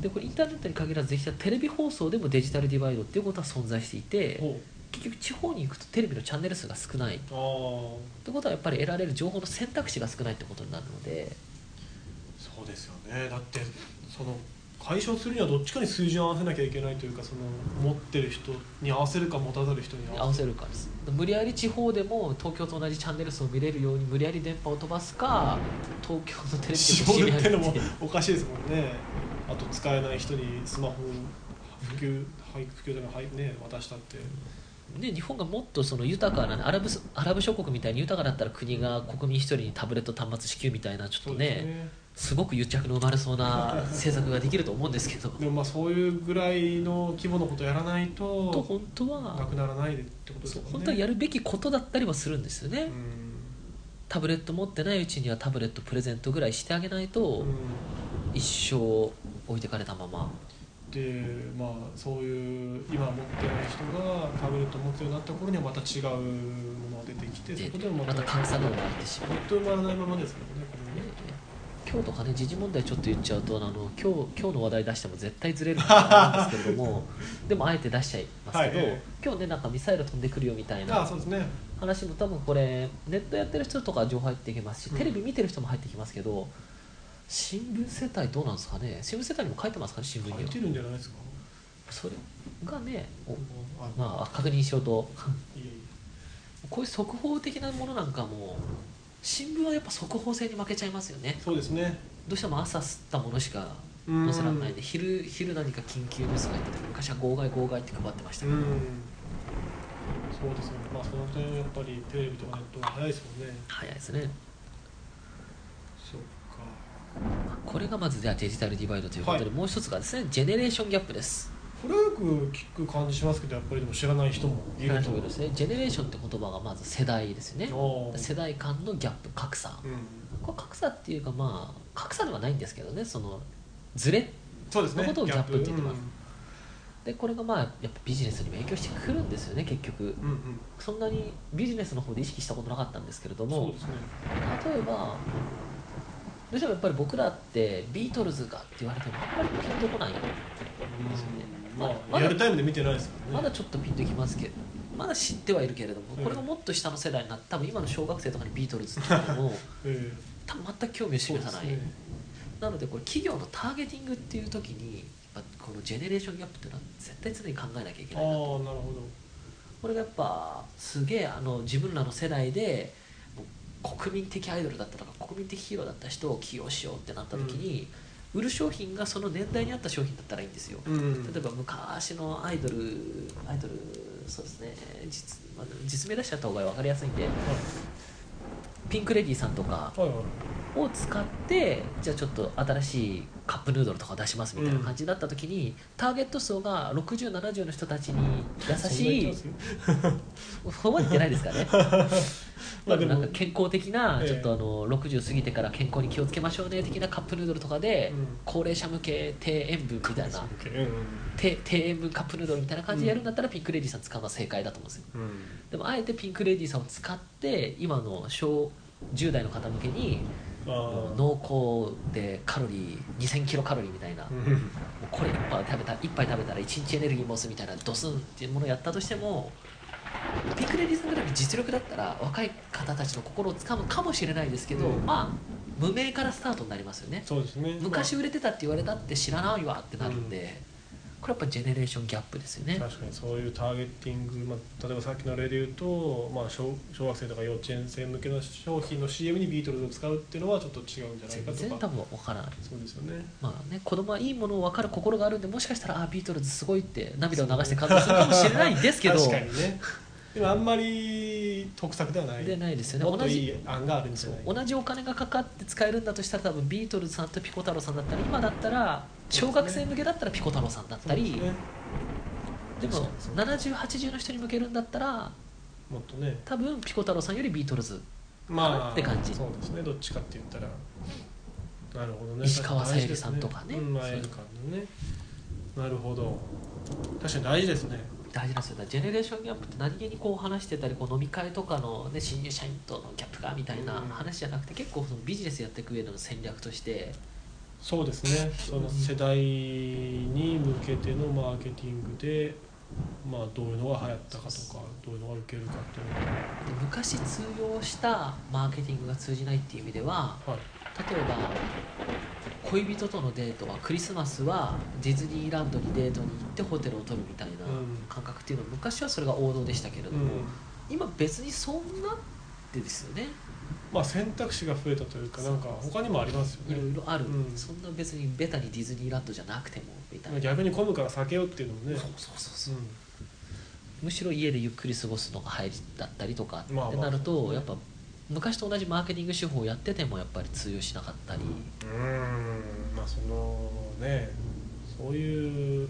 [SPEAKER 1] でこれインターネットに限らず実はテレビ放送でもデジタルディバイドっていうことは存在していて
[SPEAKER 2] ほ
[SPEAKER 1] 結局地方に行くとテレビのチャンネル数が少ないっ
[SPEAKER 2] うああ
[SPEAKER 1] てことはやっぱり得られる情報の選択肢が少ないってことになるので
[SPEAKER 2] そうですよねだってその解消するにはどっちかに数字を合わせなきゃいけないというかその持ってる人に合わせるか持たざる人に合
[SPEAKER 1] 合
[SPEAKER 2] わ
[SPEAKER 1] わ
[SPEAKER 2] せ
[SPEAKER 1] せ
[SPEAKER 2] る
[SPEAKER 1] るかです無理やり地方でも東京と同じチャンネル数を見れるように無理やり電波を飛ばすか東京のテレビ
[SPEAKER 2] 地
[SPEAKER 1] 局
[SPEAKER 2] 方でっての
[SPEAKER 1] を締め上
[SPEAKER 2] も
[SPEAKER 1] げて
[SPEAKER 2] おかしいですもんねあと使えない人にスマホを普及はい普及じゃないはいね渡したって
[SPEAKER 1] ね、日本がもっとその豊かなアラブスアラブ諸国みたいに豊かだったら国が国民一人にタブレット端末支給みたいなちょっと
[SPEAKER 2] そう
[SPEAKER 1] ね
[SPEAKER 2] ですね
[SPEAKER 1] すごく癒着の生まれそうな政策ができると思うんですけど
[SPEAKER 2] でもまあそういうぐらいの規模のことやらない
[SPEAKER 1] と
[SPEAKER 2] と
[SPEAKER 1] 本当
[SPEAKER 2] な
[SPEAKER 1] は
[SPEAKER 2] くならないでってことです
[SPEAKER 1] そう
[SPEAKER 2] よね
[SPEAKER 1] 本当はやるべきことだったりはするんですよね、
[SPEAKER 2] うん
[SPEAKER 1] タブレット持ってないうちにはタブレットプレゼントぐらいしてあげないと
[SPEAKER 2] うん
[SPEAKER 1] 一生置いてかれたまま
[SPEAKER 2] でまあそういう今持ってない人がタブレット持つようになった頃にはまた違うものが出てきて
[SPEAKER 1] で
[SPEAKER 2] そこでも
[SPEAKER 1] また格差が生まれてしまう
[SPEAKER 2] 本当埋まらないままですもんねこれ
[SPEAKER 1] ね
[SPEAKER 2] ね
[SPEAKER 1] 今日とかね時事問題ちょっと言っちゃうとあの今日今日の話題出しても絶対ずれるかと思うんですけれど もでもあえて出しちゃいますけど、
[SPEAKER 2] はいええ
[SPEAKER 1] 今日ねなんかミサイル飛んでくるよみたい
[SPEAKER 2] ああ
[SPEAKER 1] な
[SPEAKER 2] そうですね
[SPEAKER 1] 話も多分これネットやってる人とか情報入ってきますし、
[SPEAKER 2] うん
[SPEAKER 1] テレビ見てる人も入ってきますけど新聞世帯どうなんですかね新聞世帯にも書いてますかね新聞
[SPEAKER 2] 入
[SPEAKER 1] に
[SPEAKER 2] っ
[SPEAKER 1] は
[SPEAKER 2] てるんじゃないですか
[SPEAKER 1] それがねお
[SPEAKER 2] あ
[SPEAKER 1] まあ確認しようと
[SPEAKER 2] いえいえ
[SPEAKER 1] こういう速報的なものなんかも新聞はやっぱ速報性に負けちゃいますよね
[SPEAKER 2] そうですね
[SPEAKER 1] どうしても朝吸ったものしか
[SPEAKER 2] うん
[SPEAKER 1] 載せられないんで昼昼何か緊急ニュースが入った時昔は号外号外って配ってました
[SPEAKER 2] う
[SPEAKER 1] けど、
[SPEAKER 2] んそうですよねまあその点やっぱりテレビとかネットが早いですもんね
[SPEAKER 1] 早いですね
[SPEAKER 2] そっか
[SPEAKER 1] これがまずではデジタルディバイドということで、
[SPEAKER 2] はい
[SPEAKER 1] もう一つがですねジェネレーションギャップです
[SPEAKER 2] これはよく聞く感じしますけどやっぱりでも知らない人もいる
[SPEAKER 1] なんと
[SPEAKER 2] と思
[SPEAKER 1] も
[SPEAKER 2] う
[SPEAKER 1] ですねジェネレーションって言葉がまず世代ですよね
[SPEAKER 2] おー
[SPEAKER 1] 世代間のギャップ格差
[SPEAKER 2] うん
[SPEAKER 1] これ格差っていうかまあ格差ではないんですけどねそのズレ
[SPEAKER 2] そうですね
[SPEAKER 1] のことをギャップって言って
[SPEAKER 2] う
[SPEAKER 1] ま
[SPEAKER 2] ん
[SPEAKER 1] すでこれがまあやっぱビジネスにも影響してくるんですよね結局
[SPEAKER 2] うんうん
[SPEAKER 1] そんなにビジネスの方で意識したことなかったんですけれど
[SPEAKER 2] そう
[SPEAKER 1] も
[SPEAKER 2] ですね
[SPEAKER 1] 例えばどうしてもやっぱり僕らってビートルズがって言われてもあんまりピンとこないんですよね
[SPEAKER 2] うんまあ
[SPEAKER 1] まだ
[SPEAKER 2] リアルタイムで見てないですも
[SPEAKER 1] ま
[SPEAKER 2] んね
[SPEAKER 1] だちょっとピンときますけどまだ知ってはいるけれども
[SPEAKER 2] うん
[SPEAKER 1] これがもっと下の世代になって多分今の小学生とかにビートルズっていうのも
[SPEAKER 2] え
[SPEAKER 1] 多分全く興味を
[SPEAKER 2] えそう
[SPEAKER 1] 示
[SPEAKER 2] で
[SPEAKER 1] さ
[SPEAKER 2] す
[SPEAKER 1] ない、
[SPEAKER 2] ね
[SPEAKER 1] なのでこれ企業のターゲティングっていう時にやっぱこのジェネレーションギャップっていうのは絶対常に考えなきゃいけ
[SPEAKER 2] ああ
[SPEAKER 1] ないなと
[SPEAKER 2] なるほど
[SPEAKER 1] これがやっぱすげえあの自分らの世代でもう国民的アイドルだったとか国民的ヒーローだった人を起用しようってなった時に、売る商品がその年代に合った商品だったらいいんですよ、
[SPEAKER 2] うん
[SPEAKER 1] 例えば昔のアイドルアイドルそうですね実,、まあ、実名出しちゃった方が分かりやすいんでピンク・レディーさんとか
[SPEAKER 2] はいはいはい
[SPEAKER 1] を使ってじゃあちょっと新しいカップヌードルとか出しますみたいな感じだった時に、ターゲット層が6070の人たちに優しい
[SPEAKER 2] そんな言ってます
[SPEAKER 1] そこまで言ってないですか ね
[SPEAKER 2] ま
[SPEAKER 1] ま
[SPEAKER 2] あ
[SPEAKER 1] あ
[SPEAKER 2] で
[SPEAKER 1] で
[SPEAKER 2] も
[SPEAKER 1] もなんか健康的な
[SPEAKER 2] ええ
[SPEAKER 1] ちょっとあの60過ぎてから健康に気をつけましょうね的なカップヌードルとかで
[SPEAKER 2] うん
[SPEAKER 1] 高齢者向け低塩分みたいな
[SPEAKER 2] うんうん
[SPEAKER 1] 低低塩分カップヌードルみたいな感じでやるんだったらピンク・レディーさん使うのが正解だと思うんですよ
[SPEAKER 2] うん
[SPEAKER 1] でもあえてピンク・レディーさんを使って今の小10代の方向けに
[SPEAKER 2] ああ
[SPEAKER 1] 濃厚でカロリー2000キロカロリーみたいな、
[SPEAKER 2] う
[SPEAKER 1] もうんこれ1杯食べた一杯食べたら1日エネルギー持つみたいなドスンっていうものをやったとしてもピクレディさんぐらいの実力だったら若い方たちの心をつかむかもしれないですけど、
[SPEAKER 2] うん
[SPEAKER 1] まあ無名からスタートになりますよね
[SPEAKER 2] そうですね
[SPEAKER 1] 昔
[SPEAKER 2] ま
[SPEAKER 1] 売れてたって言われたって知らないわってなるんで、これやっぱジェネレーションギャップですよね
[SPEAKER 2] あ確かにそういうターゲティング、まあ、例えばさっきの例で言うと、まあ、小小学生とか幼稚園生向けの商品の CM にビートルズを使うっていうのはちょっと違うんじゃない
[SPEAKER 1] 全
[SPEAKER 2] かとか
[SPEAKER 1] 然多分分からない
[SPEAKER 2] そうですよね
[SPEAKER 1] まあね、子供はいいものを分かる心があるんでもしかしたらあビートルズすごいって涙を流して感動するかもしれないですけど
[SPEAKER 2] 確かにねでもあんまり得策ではない
[SPEAKER 1] でないですよね
[SPEAKER 2] もっと
[SPEAKER 1] 同じ
[SPEAKER 2] いい案があるんじ
[SPEAKER 1] そ
[SPEAKER 2] ゃ
[SPEAKER 1] う
[SPEAKER 2] ないか
[SPEAKER 1] 同じお金がかかって使えるんだとしたら多分ビートルズさんとピコ太郎さんだったり今だったら小学生向けだったらピコ太郎さんだったり
[SPEAKER 2] そう
[SPEAKER 1] で,、
[SPEAKER 2] ですね
[SPEAKER 1] も7080の人に向けるんだったら
[SPEAKER 2] もっとね
[SPEAKER 1] 多分ピコ太郎さんよりビートルズ
[SPEAKER 2] まあ
[SPEAKER 1] って感じ
[SPEAKER 2] そうですねどっちかって言ったらなるほどね
[SPEAKER 1] 石川さゆりさんとかね
[SPEAKER 2] うんまあ
[SPEAKER 1] そう
[SPEAKER 2] 映画館のねなるほど確かに大事ですね
[SPEAKER 1] 大事なんですよだからジェネレーションギャップって何気にこう話してたりこう飲み会とかの、ね、新入社員とのギャップがみたいな
[SPEAKER 2] うん
[SPEAKER 1] 話じゃなくて結構そのビジネスやっていく上での戦略として
[SPEAKER 2] そうですねその世代に向けてのマーケティングでまあどういうのが流行ったかとかどういうのが受けるかっていうの
[SPEAKER 1] 昔通用したマーケティングが通じないっていう意味では
[SPEAKER 2] がはい
[SPEAKER 1] 例えば恋人とのデートはクリスマスはディズニーランドにデートに行ってホテルを取るみたいな
[SPEAKER 2] うん
[SPEAKER 1] 感覚っていうのは昔はそれが王道でしたけれど
[SPEAKER 2] う
[SPEAKER 1] も、
[SPEAKER 2] ん
[SPEAKER 1] 今別にそんなってですよね
[SPEAKER 2] まあ選択肢が増えたというかなんか他にもあります
[SPEAKER 1] い
[SPEAKER 2] よ
[SPEAKER 1] ろい
[SPEAKER 2] ね
[SPEAKER 1] ろある、
[SPEAKER 2] うん
[SPEAKER 1] そんな別にベタにディズニーランドじゃなくてもみたいな、
[SPEAKER 2] 逆に混むから避けようっていうのもね
[SPEAKER 1] そうそうそうそうむしろ家でゆっくり過ごすのが入りだったりとか
[SPEAKER 2] まあまあ
[SPEAKER 1] ってなると、
[SPEAKER 2] そうですね
[SPEAKER 1] やっぱ昔と同じマーケティング手法をやっててもやっぱり通用しなかったり、
[SPEAKER 2] うんうんまあそのねそういう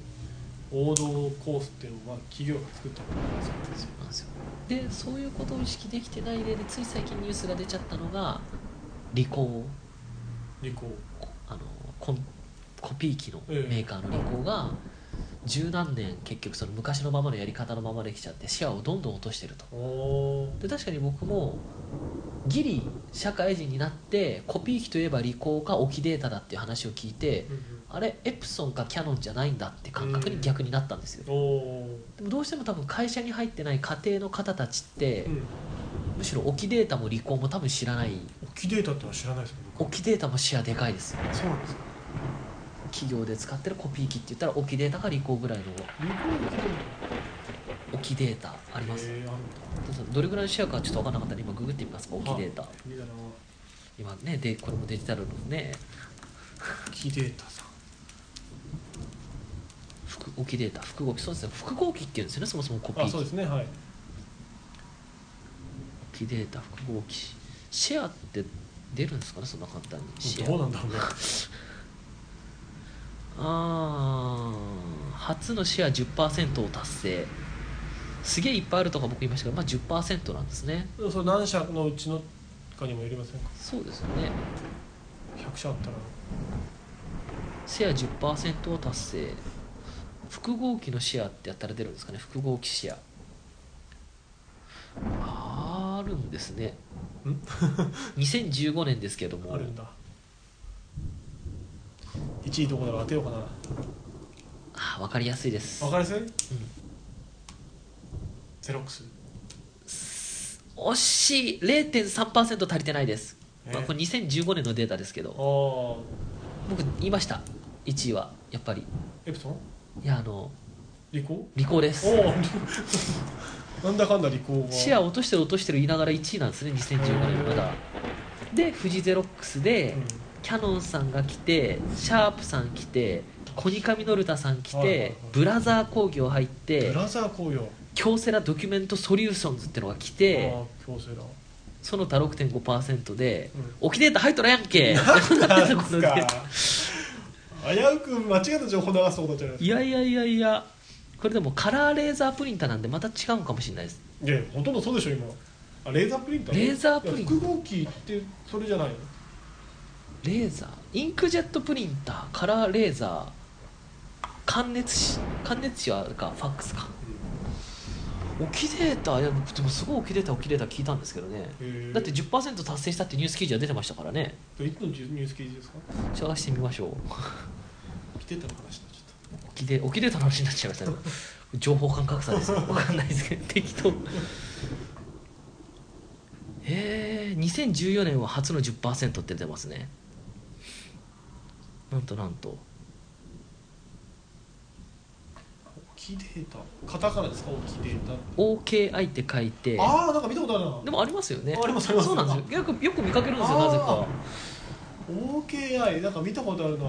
[SPEAKER 2] 王道コースっていうのは企業が作ったものですから
[SPEAKER 1] そうなんですよでそういうことを意識できてない例でつい最近ニュースが出ちゃったのが離婚
[SPEAKER 2] リコ
[SPEAKER 1] あのコンコピー機のメーカーの離婚が十何年結局その昔のままのやり方のままできちゃってシェアをどんどん落としてると
[SPEAKER 2] おー
[SPEAKER 1] で確かに僕もギリ社会人になってコピー機といえばリコーが置きデータだっていう話を聞いてあれエプソンかキャノンじゃないんだって感覚に逆になったんですよ
[SPEAKER 2] おお
[SPEAKER 1] でもどうしても多分会社に入ってない家庭の方たちって、
[SPEAKER 2] うん
[SPEAKER 1] むしろ置きデータも離婚も多分知らない
[SPEAKER 2] 置きデータってのは知らないですね僕
[SPEAKER 1] 置きデータもシェアでかいですよ
[SPEAKER 2] そうなんですか
[SPEAKER 1] 企業で使ってるコピー機って言ったら置きデータか離婚ぐらいの
[SPEAKER 2] リコ置きデー
[SPEAKER 1] 置きデータあ
[SPEAKER 2] タ
[SPEAKER 1] ります
[SPEAKER 2] へーあるんだ
[SPEAKER 1] どれぐらいのシェアかちょっと分からなかったんで今ググってみますか置きデータ
[SPEAKER 2] あいいだな
[SPEAKER 1] 今ねでこれもデジタルのね
[SPEAKER 2] 置きデータさん
[SPEAKER 1] 複置きデータ複合機そうですね複合機っていうんですよねそもそもコピー
[SPEAKER 2] あ
[SPEAKER 1] 機
[SPEAKER 2] そうですねはい
[SPEAKER 1] キデータ複合機シェアって出るんですかねそんな簡単にシ
[SPEAKER 2] ど
[SPEAKER 1] ェ
[SPEAKER 2] う
[SPEAKER 1] ア
[SPEAKER 2] なんだろうね
[SPEAKER 1] あー初のシェア10%を達成すげえいっぱいあるとか僕言いましたけど、まあ、10%なんですね
[SPEAKER 2] でもそれ何社のうちのかにもよりませんか
[SPEAKER 1] そうですよね
[SPEAKER 2] 100社あったら
[SPEAKER 1] シェア10%を達成複合機のシェアってやったら出るんですかね複合機シェアあーあるんですね
[SPEAKER 2] ん
[SPEAKER 1] 2015年ですけども
[SPEAKER 2] あるんだ1位どこだろう当てようかな
[SPEAKER 1] あーわかりやすいです
[SPEAKER 2] わかりやすい、ゼロックス
[SPEAKER 1] 惜しい0.3%足りてないです、
[SPEAKER 2] えー
[SPEAKER 1] まあ、これ2015年のデータですけ
[SPEAKER 2] あ
[SPEAKER 1] ど
[SPEAKER 2] あ
[SPEAKER 1] 僕言いました1位はやっぱり
[SPEAKER 2] エプソン
[SPEAKER 1] いやあの
[SPEAKER 2] リコ
[SPEAKER 1] 利口で
[SPEAKER 2] お
[SPEAKER 1] す
[SPEAKER 2] お なんだかんだリコーが
[SPEAKER 1] シェア落としてる落としてる言いながら1位なんですね2015年まだでフジゼロックスで、
[SPEAKER 2] うん
[SPEAKER 1] キャノンさんが来てシャープさん来てコニカミノルタさん来て、
[SPEAKER 2] はいはいはい
[SPEAKER 1] ブラザー工業入っ
[SPEAKER 2] ブ
[SPEAKER 1] て
[SPEAKER 2] ラザー紅葉
[SPEAKER 1] 京セラドキュメントソリューションズってのが来
[SPEAKER 2] あ
[SPEAKER 1] て
[SPEAKER 2] あ強制だ
[SPEAKER 1] その他6.5%で
[SPEAKER 2] うん
[SPEAKER 1] 「沖データ入っとらやん け!」
[SPEAKER 2] なん
[SPEAKER 1] このデータ
[SPEAKER 2] すか危うく間違った情報流すとことじゃないで
[SPEAKER 1] い
[SPEAKER 2] す
[SPEAKER 1] やいやいやいやこれでもカラーレーザープリンターなんでまた違うのかもしれないです
[SPEAKER 2] かいやほとんどそうでしょ今あレーザープリンター
[SPEAKER 1] レーザープリン
[SPEAKER 2] いや複合機ってそれじゃないの
[SPEAKER 1] レーザーインクジェットプリンターカラーレーザー感熱紙感熱紙はあるかファックスか沖データいやでもすごい沖データ沖データ聞いたんですけどね
[SPEAKER 2] へえ
[SPEAKER 1] だって10%達成したってニュース記事は出てましたからね
[SPEAKER 2] いつのニュース記事ですか
[SPEAKER 1] 探してみましょう
[SPEAKER 2] 来てたの話だちょっと
[SPEAKER 1] 沖で沖データの話になっちゃいましたね情報感覚差です よ分かんないですけど適当へえ2014年は初の10%って出てますねなんとなんと
[SPEAKER 2] キデータカタカナですかキデータ
[SPEAKER 1] OKI って書いて
[SPEAKER 2] ああなんか見たことあるな
[SPEAKER 1] でもありますよね
[SPEAKER 2] ありますあります
[SPEAKER 1] そうなんですよよくよく見かけるんですよなぜか
[SPEAKER 2] OKI なんか見たことあるな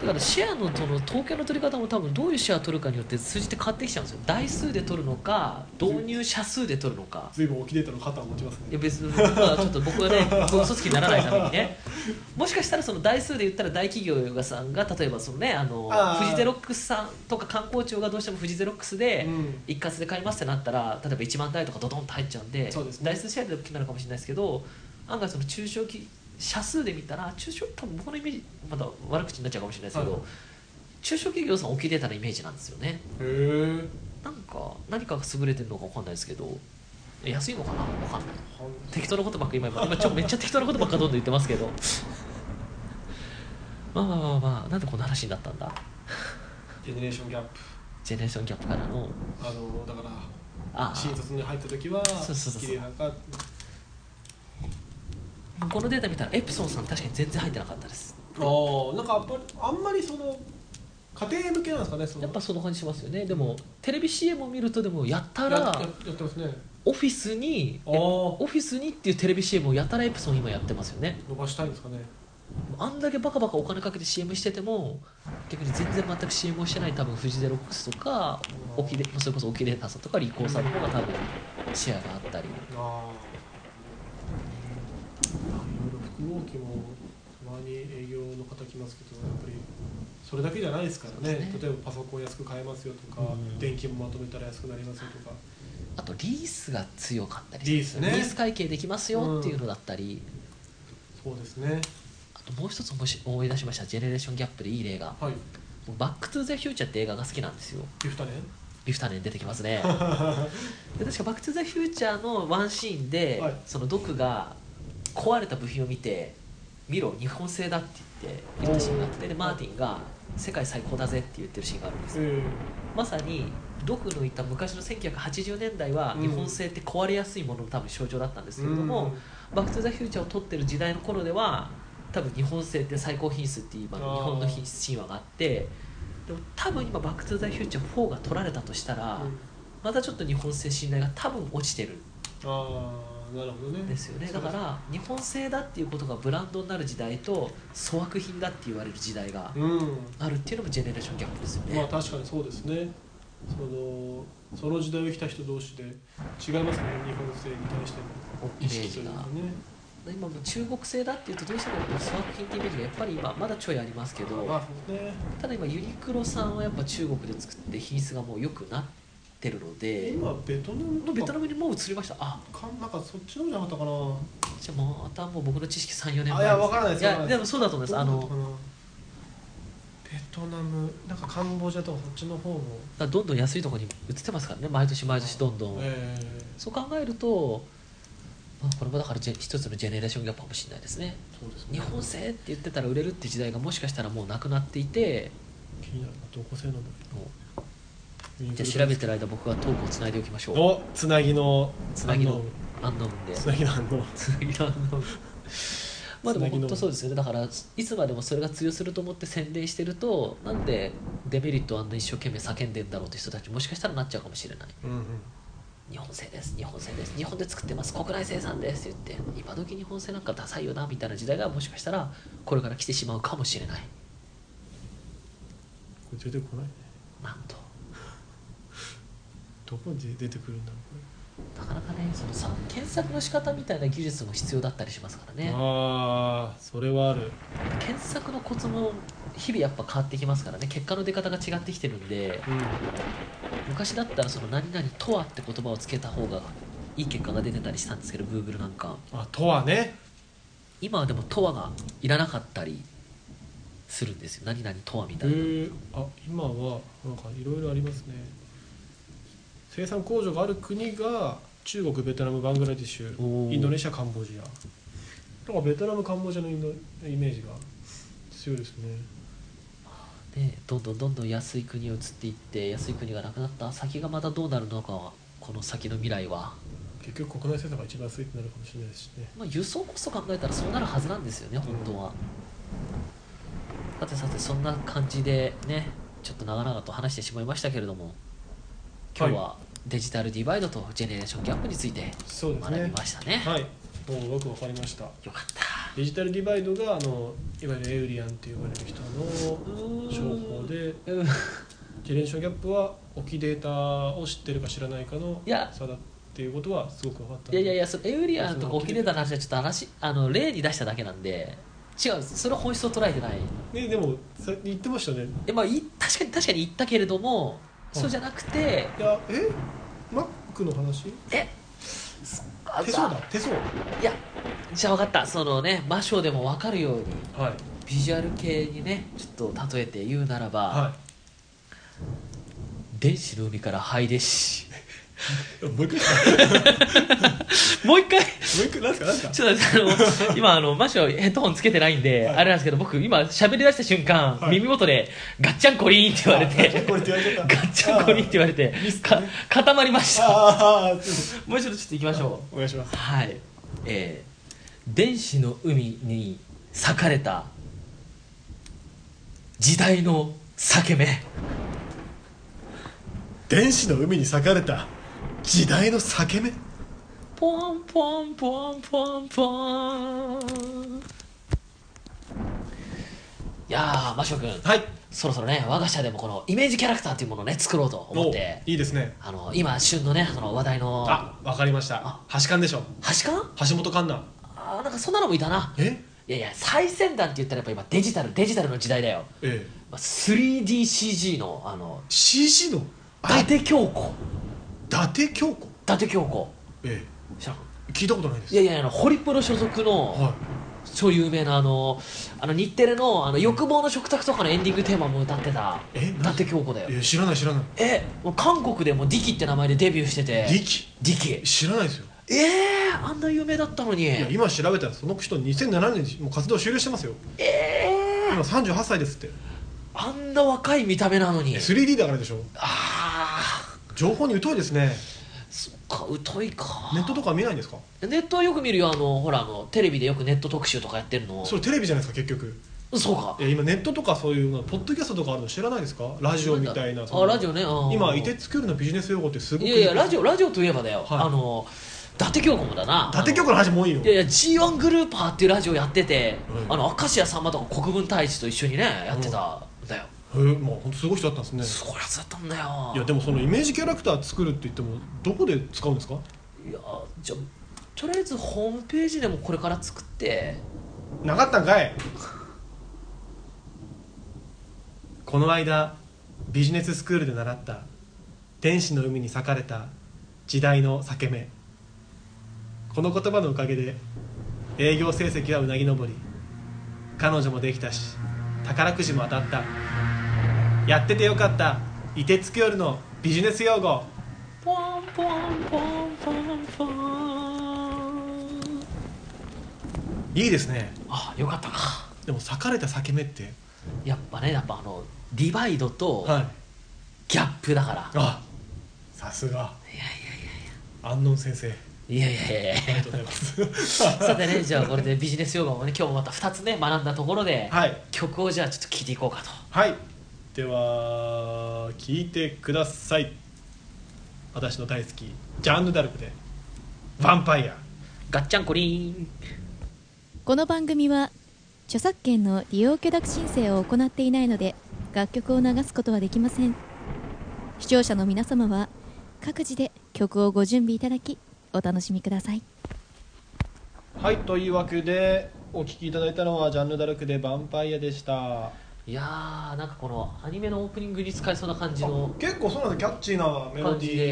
[SPEAKER 1] だからシェアのその統計の取り方も多分どういうシェアを取るかによって数字って変わってきちゃうんですよ台数で取るのか導入者数で取るのか
[SPEAKER 2] 随分大きいデータの肩を持ちます
[SPEAKER 1] いや
[SPEAKER 2] ね
[SPEAKER 1] 別に僕はちょっと僕はね僕嘘つきにならないためにねもしかしたらその台数で言ったら大企業がさんが例えばそのねあの
[SPEAKER 2] あー
[SPEAKER 1] フジゼロックスさんとか観光庁がどうしてもフジゼロックスで
[SPEAKER 2] うん
[SPEAKER 1] 一括で買いますってなったら例えば1万台とかドドンと入っちゃうんで
[SPEAKER 2] そうですね
[SPEAKER 1] 台数シェアで決まるかもしれないですけど案外その中小企社数で見たら中小多分僕のイメージまだ悪口になっちゃうかもしれないですけど、
[SPEAKER 2] はい
[SPEAKER 1] 中小企業さん大きいデータのイメージなんですよね
[SPEAKER 2] へえ
[SPEAKER 1] なんか何かが優れてるのか分かんないですけど安いのかな分かんない適当なことばっかり今今ちょめっちゃ適当なことばっかどんどん言ってますけど まあまあまあまあなんでこんな話になったんだ
[SPEAKER 2] ジェネレーションギャップ
[SPEAKER 1] ジェネレーションギャップからの
[SPEAKER 2] あのだから
[SPEAKER 1] あ
[SPEAKER 2] 新卒に入った時は
[SPEAKER 1] そうそうそう
[SPEAKER 2] キデータが
[SPEAKER 1] あこのデータ見たらエプソンさん確かに全然入ってなかったです
[SPEAKER 2] ああなんかやっぱりあんまりその家庭向けなんですかねその
[SPEAKER 1] やっぱその感じしますよねでもテレビ CM を見るとでもやった
[SPEAKER 2] や
[SPEAKER 1] ら
[SPEAKER 2] ややってますね
[SPEAKER 1] オフィスに
[SPEAKER 2] あ
[SPEAKER 1] え
[SPEAKER 2] ー
[SPEAKER 1] オフィスにっていうテレビ CM をやたらエプソン今やってますよね
[SPEAKER 2] 伸ばしたいんですかね
[SPEAKER 1] あんだけバカバカお金かけて CM してても逆に全然全く CM をしてない多分フジゼロックスとか
[SPEAKER 2] うん
[SPEAKER 1] オキデそれこそオキデータさんとかリコーさんの方が多分シェアがあったり
[SPEAKER 2] あいろいろ複合機もたまに営業の方来ますけどやっぱりそれだけじゃないですからね
[SPEAKER 1] そうですね
[SPEAKER 2] 例えばパソコン安く買えますよとか、
[SPEAKER 1] うん
[SPEAKER 2] 電気もまとめたら安くなりますよとか
[SPEAKER 1] あとリースが強かったり
[SPEAKER 2] リースね
[SPEAKER 1] リース会計できますよっていうのだったり、
[SPEAKER 2] そうですね
[SPEAKER 1] あともう一つもし思い出しましたジェネレーションギャップでいい例が
[SPEAKER 2] はい
[SPEAKER 1] 僕バック・トゥ・ザ・フューチャーって映画が好きなんですよ
[SPEAKER 2] ギ フタね
[SPEAKER 1] リフタネン出てきますねで確か「バック・トゥ・ザ・フューチャー」のワンシーンで、
[SPEAKER 2] はい
[SPEAKER 1] そのドクが壊れた部品を見て「見ろ日本製だ」って言って言ったシーンがあってでマーティンが「世界最高だぜ」って言ってるシーンがあるんですよ
[SPEAKER 2] え
[SPEAKER 1] まさにドクのいた昔の1980年代は
[SPEAKER 2] うん
[SPEAKER 1] 日本製って壊れやすいものの多分象徴だったんです
[SPEAKER 2] え
[SPEAKER 1] けれども、
[SPEAKER 2] うん
[SPEAKER 1] バック・トゥ・ザ・フューチャーを撮ってる時代の頃では多分日本製って最高品質っていう今の日本の品質神話があってでも多分今バック・トゥ・ザ・フューチャー4が撮られたとしたら、
[SPEAKER 2] うん
[SPEAKER 1] またちょっと日本製信頼が多分落ちてる
[SPEAKER 2] ああなるほどね
[SPEAKER 1] んですよねだから日本製だっていうことがブランドになる時代と粗悪品だって言われる時代が
[SPEAKER 2] そうですうん
[SPEAKER 1] あるっていうのもジェネレーションギャップですよね、
[SPEAKER 2] まあ確かにそうですねそのその時代を生きた人同士で違いますね日本性に対しての意識というかね
[SPEAKER 1] 今中国製だっていうとどうしてもこの粗悪品ってイメージがやっぱり今まだちょいありますけど、
[SPEAKER 2] まあそうですね
[SPEAKER 1] ただ今ユニクロさんはやっぱ中国で作って品質がもう良くなってるので
[SPEAKER 2] 今ベトナムとか
[SPEAKER 1] ベトナムにもう移りましたあ
[SPEAKER 2] かなんかそっちの方じゃなかったかな
[SPEAKER 1] じゃあまたもう僕の知識34年前
[SPEAKER 2] あいやわからないです
[SPEAKER 1] い
[SPEAKER 2] わか
[SPEAKER 1] や
[SPEAKER 2] らな
[SPEAKER 1] で
[SPEAKER 2] い
[SPEAKER 1] も
[SPEAKER 2] です
[SPEAKER 1] そうだと思いますあ
[SPEAKER 2] どうだ
[SPEAKER 1] の
[SPEAKER 2] ったかなベトナムなんかカンボジアとかそっちの方も
[SPEAKER 1] だからどんどん安いところに移ってますからね毎年毎年どんどん、
[SPEAKER 2] え
[SPEAKER 1] そう考えると、まあ、これもだからジェ一つのジェネレーションギャップかもしれないですね
[SPEAKER 2] ーそうですね
[SPEAKER 1] 日本製って言ってたら売れるって時代がもしかしたらもうなくなっていて
[SPEAKER 2] 気になるなどこ製なんだ
[SPEAKER 1] もう
[SPEAKER 2] ろう
[SPEAKER 1] じゃあ調べてる間僕がトークをつないでおきましょう
[SPEAKER 2] おつなぎの
[SPEAKER 1] つなぎのアンノウンで
[SPEAKER 2] つなぎの反応
[SPEAKER 1] つなぎのアンノウンまあでも
[SPEAKER 2] つなぎの
[SPEAKER 1] 本当そうですよねだからいつまでもそれが通用すると思って宣伝してるとなんでデメリットをあんな一生懸命叫んでんだろうって人たちもしかしたらなっちゃうかもしれない
[SPEAKER 2] うんうん
[SPEAKER 1] 日本製です日本製です日本で作ってます国内生産ですって言って今時日本製なんかダサいよなみたいな時代がもしかしたらこれから来てしまうかもしれない
[SPEAKER 2] これ出てこないね
[SPEAKER 1] なんと
[SPEAKER 2] どこで出てくるんだろ
[SPEAKER 1] な
[SPEAKER 2] うこれ
[SPEAKER 1] かなかねそのさ検索の仕方みたいな技術も必要だったりしますからね
[SPEAKER 2] ああそれはある
[SPEAKER 1] 検索のコツも日々やっぱ変わってきますからね結果の出方が違ってきてるんで
[SPEAKER 2] うん
[SPEAKER 1] 昔だったらその何々とはって言葉をつけた方がいい結果が出てたりしたんですけど Google なんか
[SPEAKER 2] あとはね
[SPEAKER 1] 今はでもとはがいらなかったりするんですよ何々とはみた
[SPEAKER 2] へ
[SPEAKER 1] いな、
[SPEAKER 2] ーあ今はなんかいろいろありますね生産工場がある国が中国ベトナムバングラディッシ
[SPEAKER 1] お
[SPEAKER 2] ュ
[SPEAKER 1] ー
[SPEAKER 2] インドネシアカンボジアだからベトナムカンボジアのインドイメージが強いですね
[SPEAKER 1] ね、どんどんどんどん安い国を移っていって安い国がなくなった先がまたどうなるのかはこの先の未来は、
[SPEAKER 2] 結局国内生産が一番安いってなるかもしれないですしね
[SPEAKER 1] まあ、輸送コスト考えたらそうなるはずなんですよね本当は、さてさてそんな感じでねちょっと長々と話してしまいましたけれども今日はデジタルディバイドとジェネレーションギャップについて
[SPEAKER 2] そうです
[SPEAKER 1] 学び
[SPEAKER 2] ね
[SPEAKER 1] ましたね
[SPEAKER 2] はいもうよくわかりました
[SPEAKER 1] よかった
[SPEAKER 2] デジタルディバイドがあのいわゆるエウリアンって呼ばれる人の商法で
[SPEAKER 1] うん
[SPEAKER 2] ジェネレーションギャップは置きデータを知ってるか知らないかの
[SPEAKER 1] いや
[SPEAKER 2] 差だっていうことはすごく分かった
[SPEAKER 1] いやいやい
[SPEAKER 2] や
[SPEAKER 1] やそのエウリアンとかオキレダの話はちょっと話あの例に出しただけなんで違うんですそれは本質を捉えてない
[SPEAKER 2] ねでもさ言ってましたね
[SPEAKER 1] えまあ、い確かに確かに言ったけれども、
[SPEAKER 2] うん
[SPEAKER 1] そうじゃなくて
[SPEAKER 2] いやえマックの話
[SPEAKER 1] えあ
[SPEAKER 2] 手相だ手相
[SPEAKER 1] いやじゃあ分かったそのね魔性でも分かるように
[SPEAKER 2] はい
[SPEAKER 1] ビジュアル系にねちょっと例えて言うならば、
[SPEAKER 2] は
[SPEAKER 1] 電子の海から灰ですし
[SPEAKER 2] いもう一回も
[SPEAKER 1] もう一回
[SPEAKER 2] う一回なんすかなんすか
[SPEAKER 1] ちょっと あの今あのマシオヘッドホンつけてないんで、
[SPEAKER 2] はい
[SPEAKER 1] あれなんですけど僕今喋り出した瞬間、
[SPEAKER 2] はい
[SPEAKER 1] 耳元でガッチャンコリーンって言われて
[SPEAKER 2] これって言われちゃ
[SPEAKER 1] ガ
[SPEAKER 2] った
[SPEAKER 1] ッチャンコリーンって言われて
[SPEAKER 2] ミス
[SPEAKER 1] か
[SPEAKER 2] ね
[SPEAKER 1] 固まりました
[SPEAKER 2] あーあーちょっ
[SPEAKER 1] もう一度ちょっと行きましょう
[SPEAKER 2] とお願いします
[SPEAKER 1] はい、えー、電子の海に裂かれた時代の裂け目
[SPEAKER 2] 電子の海に裂かれた時代の裂け目
[SPEAKER 1] ポワンポワンポワンポワンポワンいやーマシオ君
[SPEAKER 2] はい
[SPEAKER 1] そろそろね我が社でもこのイメージキャラクターというものをね作ろうと思って
[SPEAKER 2] おいいですね
[SPEAKER 1] あの今旬のねその話題の
[SPEAKER 2] あわかりました
[SPEAKER 1] あ
[SPEAKER 2] 橋勘でしょ
[SPEAKER 1] 端かな
[SPEAKER 2] 橋本環奈
[SPEAKER 1] あーなんかそんなのもいたな
[SPEAKER 2] え
[SPEAKER 1] いやいや最先端って言ったらやっぱ今デジタルデジタルの時代だよ
[SPEAKER 2] ええ
[SPEAKER 1] まあ 3DCG のあの
[SPEAKER 2] CG の
[SPEAKER 1] 伊達京子
[SPEAKER 2] 伊達京子
[SPEAKER 1] 伊達京子
[SPEAKER 2] え
[SPEAKER 1] 知らん
[SPEAKER 2] え聞いたことないです
[SPEAKER 1] いやいやあのホリプロ所属の
[SPEAKER 2] は
[SPEAKER 1] 超有名なあのあの日テレのあの欲望の食卓とかのエンディングテーマも歌ってた
[SPEAKER 2] え
[SPEAKER 1] 伊達京子だよ
[SPEAKER 2] いいや知らない知らない
[SPEAKER 1] えもう韓国でもディキって名前でデビューしてて
[SPEAKER 2] リキ
[SPEAKER 1] ディキ
[SPEAKER 2] 知らないですよ
[SPEAKER 1] えー、あんな有名だったのに
[SPEAKER 2] いや今調べたらその人2007年にもう活動終了してますよ
[SPEAKER 1] えー、
[SPEAKER 2] 今38歳ですって
[SPEAKER 1] あんな若い見た目なのに
[SPEAKER 2] 3D だからでしょ
[SPEAKER 1] ああ
[SPEAKER 2] 情報に疎いですね
[SPEAKER 1] そっか疎いか
[SPEAKER 2] ネットとか見ないんですか
[SPEAKER 1] ネットはよく見るよあのほらあのテレビでよくネット特集とかやってるの
[SPEAKER 2] それテレビじゃないですか結局
[SPEAKER 1] そうか
[SPEAKER 2] いや今ネットとかそういうのポッドキャストとかあるの知らないですかラジオみたいなその
[SPEAKER 1] あラジオねあー
[SPEAKER 2] 今いてつくるのビジネス用語ってすごく
[SPEAKER 1] いやいやラジオラジオといえばだよ、
[SPEAKER 2] はい
[SPEAKER 1] あの伊達京子もだな
[SPEAKER 2] 伊達京子の話もういいよ
[SPEAKER 1] あのいやいや G1 グルーパーっていうラジオやってて、
[SPEAKER 2] はい
[SPEAKER 1] あの明石家さんまとか国分太一と一緒にねやってたんだよ、
[SPEAKER 2] へへえもう本当すごい人だったんですね
[SPEAKER 1] そりゃそうだったんだよ
[SPEAKER 2] いやでもそのイメージキャラクター作るって言ってもどこで使うんですか
[SPEAKER 1] いやじゃとりあえずホームページでもこれから作って
[SPEAKER 2] なかったんかいこの間ビジネススクールで習った天使の海に裂かれた時代の裂け目この言葉のおかげで営業成績はうなぎ登り彼女もできたし宝くじも当たったやっててよかった凍てつく夜のビジネス用語
[SPEAKER 1] ポンポンポンポンポン
[SPEAKER 2] いいですね
[SPEAKER 1] あよかったな
[SPEAKER 2] でも裂かれた裂け目って
[SPEAKER 1] やっぱねやっぱあのディバイドと
[SPEAKER 2] はい
[SPEAKER 1] ギャップだから、
[SPEAKER 2] あさすが安納先生
[SPEAKER 1] い、やいやいやい
[SPEAKER 2] あり
[SPEAKER 1] や
[SPEAKER 2] がとうございます
[SPEAKER 1] さてねじゃあこれでビジネス用語もね今日もまた2つね学んだところで、
[SPEAKER 2] はい
[SPEAKER 1] 曲をじゃあちょっと聴いていこうかと
[SPEAKER 2] はいでは聞いてください私の大好きジャンヌ・ダルクで「ヴァンパイア
[SPEAKER 1] ガッチャンコリン
[SPEAKER 4] この番組は著作権の利用許諾申請を行っていないので楽曲を流すことはできません視聴者の皆様は各自で曲をご準備いただきお楽しみください」
[SPEAKER 2] はいというわけでお聴きいただいたのはジャンヌ・ダルクで「ヴァンパイア」でした
[SPEAKER 1] いやーなんかこのアニメのオープニングに使えそうな感じの
[SPEAKER 2] 結構そうなんですキャッチーなメ
[SPEAKER 1] 感じで、ね、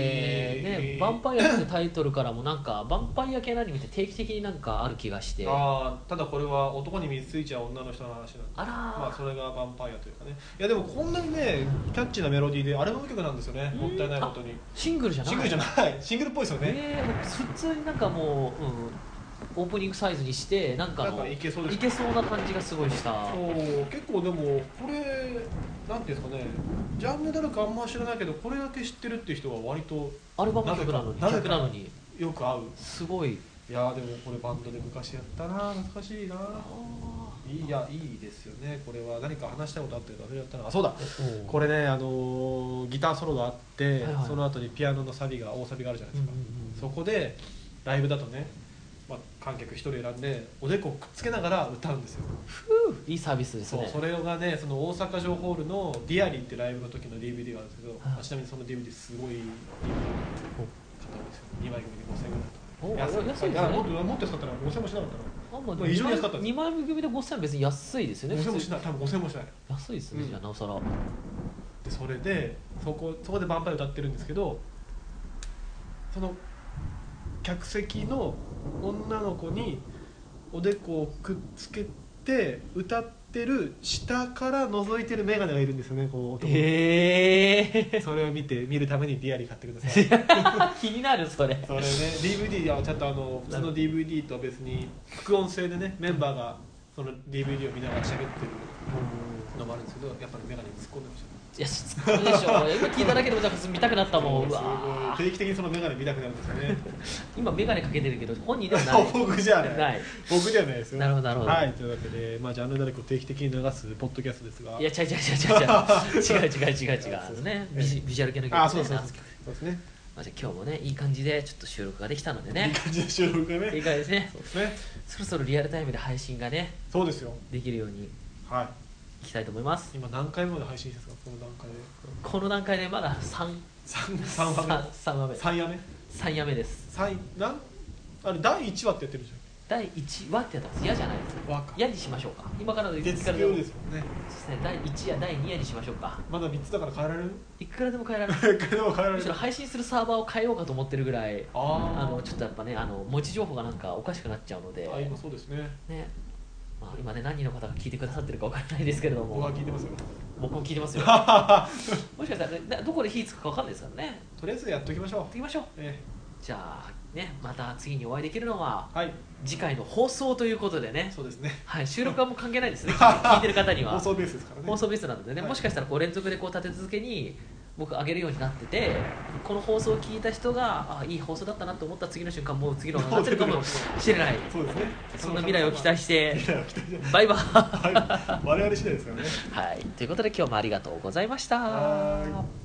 [SPEAKER 1] ヴァンパイアってタイトルからもなんかヴァンパイア系のアニメって定期的になんかある気がしてあ
[SPEAKER 2] あーただこれは男に水ついちゃう女の人の話なんで
[SPEAKER 1] らー、
[SPEAKER 2] まあそれがヴァンパイアというかねいやでもこんなにねキャッチーなメロディーでアルバム曲なんですよねもったいないことに
[SPEAKER 1] シングルじゃない
[SPEAKER 2] シングルじゃないシングルっぽいですよね
[SPEAKER 1] えー普通になんかもう、うん、オープニングサイズにしてなんか
[SPEAKER 2] な
[SPEAKER 1] あ
[SPEAKER 2] ん
[SPEAKER 1] の
[SPEAKER 2] かいけそうです
[SPEAKER 1] いけそうな感じがすごいした
[SPEAKER 2] そう結構でもこれなんていうんですかねジャンル誰かあんま知らないけどこれだけ知ってるっていう人は割と
[SPEAKER 1] アルバム曲なのに
[SPEAKER 2] なぜか
[SPEAKER 1] 曲なのに
[SPEAKER 2] よく合う
[SPEAKER 1] すごい
[SPEAKER 2] いやーでもこれバンドで昔やったな懐かしいな
[SPEAKER 1] あー
[SPEAKER 2] いいやいいですよねこれは何か話したいことあったけど忘れちゃったなあそうだ
[SPEAKER 1] お
[SPEAKER 2] これねあのーギターソロがあって、
[SPEAKER 1] はいはい
[SPEAKER 2] その後にピアノのサビが大サビがあるじゃないですか、
[SPEAKER 1] うんうんうん
[SPEAKER 2] そこでライブだとね、まあ、観客一人選んでおでこをくっつけながら歌うんですよ
[SPEAKER 1] いいサービスです
[SPEAKER 2] そう
[SPEAKER 1] ね
[SPEAKER 2] それがねその大阪城ホールの「ディアリーってライブの時の DVD があるんですけど、
[SPEAKER 1] はい
[SPEAKER 2] あちなみにその DVD すごい DVD 買ったんですよ2枚
[SPEAKER 1] お
[SPEAKER 2] 組で5000円ぐらいだっ
[SPEAKER 1] 安
[SPEAKER 2] た
[SPEAKER 1] いですね
[SPEAKER 2] やもっともっと安かったら5000円もしなかった
[SPEAKER 1] あまあ
[SPEAKER 2] まあ異常に安かったです
[SPEAKER 1] 2枚組で5000円別に安いですよ
[SPEAKER 2] ら
[SPEAKER 1] ね
[SPEAKER 2] 5000円も
[SPEAKER 1] 普
[SPEAKER 2] し
[SPEAKER 1] 通
[SPEAKER 2] ない多分5000円もしない
[SPEAKER 1] 安いですね、
[SPEAKER 2] うん
[SPEAKER 1] じゃあなおさら
[SPEAKER 2] でそれでそこそこで「ヴァンパイア」歌ってるんですけどその客席の女の子におでこをくっつけて歌ってる下から覗いてる眼鏡がいるんですよねこう男の子
[SPEAKER 1] へえ
[SPEAKER 2] それを見て見るためにディアリー買ってください
[SPEAKER 1] 気になるそれ
[SPEAKER 2] それね DVD はちゃんとあの普通の DVD とは別に副音声でねメンバーがその DVD を見ながら喋ってるのもあるんですけどやっぱり眼鏡に突っ込んでまし
[SPEAKER 1] いやすごいでし ょ今聞いただけでもなんか見たくなった
[SPEAKER 2] た
[SPEAKER 1] もんう
[SPEAKER 2] す
[SPEAKER 1] わ
[SPEAKER 2] ごい定期的にその眼鏡見たくなるんです よね
[SPEAKER 1] 今眼鏡かけてるけど本人ではない
[SPEAKER 2] 僕じゃない
[SPEAKER 1] ない
[SPEAKER 2] 僕じゃないですよ
[SPEAKER 1] なるほどなるほど
[SPEAKER 2] はいというわけで、まあ、ジャンルダルクを定期的に流すポッドキャストですが
[SPEAKER 1] いや違う違う 違う違う違う違う違う違うあのねビジビジュアル系の曲ね
[SPEAKER 2] あそうそうそう
[SPEAKER 1] 夏
[SPEAKER 2] そ
[SPEAKER 1] 曲
[SPEAKER 2] うですね
[SPEAKER 1] まあじゃあ今日もねいい感じでちょっと収録ができたので
[SPEAKER 2] いい
[SPEAKER 1] ね
[SPEAKER 2] 感じの収録が
[SPEAKER 1] いい感
[SPEAKER 2] ね
[SPEAKER 1] じですね
[SPEAKER 2] そうですね
[SPEAKER 1] そろそろリアルタイムで配信がね
[SPEAKER 2] そうですよ
[SPEAKER 1] できるように
[SPEAKER 2] はい
[SPEAKER 1] いきたいと思います
[SPEAKER 2] 今何回まで配信したんですかこの段階で
[SPEAKER 1] この段階でまだ3
[SPEAKER 2] 3
[SPEAKER 1] 三
[SPEAKER 2] 話目
[SPEAKER 1] 三話目
[SPEAKER 2] 3夜目
[SPEAKER 1] 三夜目です
[SPEAKER 2] 三なんあれ第1話ってやってるじ
[SPEAKER 1] 第1話ってやったんです嫌じゃないです
[SPEAKER 2] ゃん和歌
[SPEAKER 1] 嫌にしましょうか今からの
[SPEAKER 2] 月
[SPEAKER 1] から
[SPEAKER 2] 曜ですもんね
[SPEAKER 1] そうですね第1夜第2夜にしましょうか
[SPEAKER 2] まだ3つだから変えられる
[SPEAKER 1] いくらでも変えられる
[SPEAKER 2] 一回でも変えられ
[SPEAKER 1] む
[SPEAKER 2] る
[SPEAKER 1] しろ配信するサーバーを変えようかと思ってるぐらいあ
[SPEAKER 2] あ
[SPEAKER 1] のちょっとやっぱねあの文字情報がなんかおかしくなっちゃうので
[SPEAKER 2] ーあ今そうですね
[SPEAKER 1] ねまあ、今ね何人の方が聞いてくださってるかわからないですけれど
[SPEAKER 2] 僕
[SPEAKER 1] も
[SPEAKER 2] は聞いてますよ
[SPEAKER 1] 僕も聞いて ますよもしかしたら、ね、などこで火つくかわかんないですからねや
[SPEAKER 2] とりあえずやっときまし
[SPEAKER 1] っ
[SPEAKER 2] ょう
[SPEAKER 1] ていきましょう
[SPEAKER 2] え
[SPEAKER 1] じゃあねまた次にお会いできるのは
[SPEAKER 2] えはい
[SPEAKER 1] 次回の放送ということでね
[SPEAKER 2] そうですね
[SPEAKER 1] はい、収録はもう関係ない ですね聞い て聞いてる方には
[SPEAKER 2] 放送ベースですからね
[SPEAKER 1] 放送ベースなのでね、
[SPEAKER 2] はい
[SPEAKER 1] もしかしたらこう連続でこう立て続けに僕上げるようになっててこの放送を聞いた人があいい放送だったなと思った次の瞬間もう次の放送になってるかもしれない
[SPEAKER 2] そうですね
[SPEAKER 1] そんな未来を期待
[SPEAKER 2] し
[SPEAKER 1] して
[SPEAKER 2] 未来を期待して
[SPEAKER 1] バイバイ、
[SPEAKER 2] はい我々次第ですからね
[SPEAKER 1] はい、ということで今日もありがとうございました
[SPEAKER 2] はーい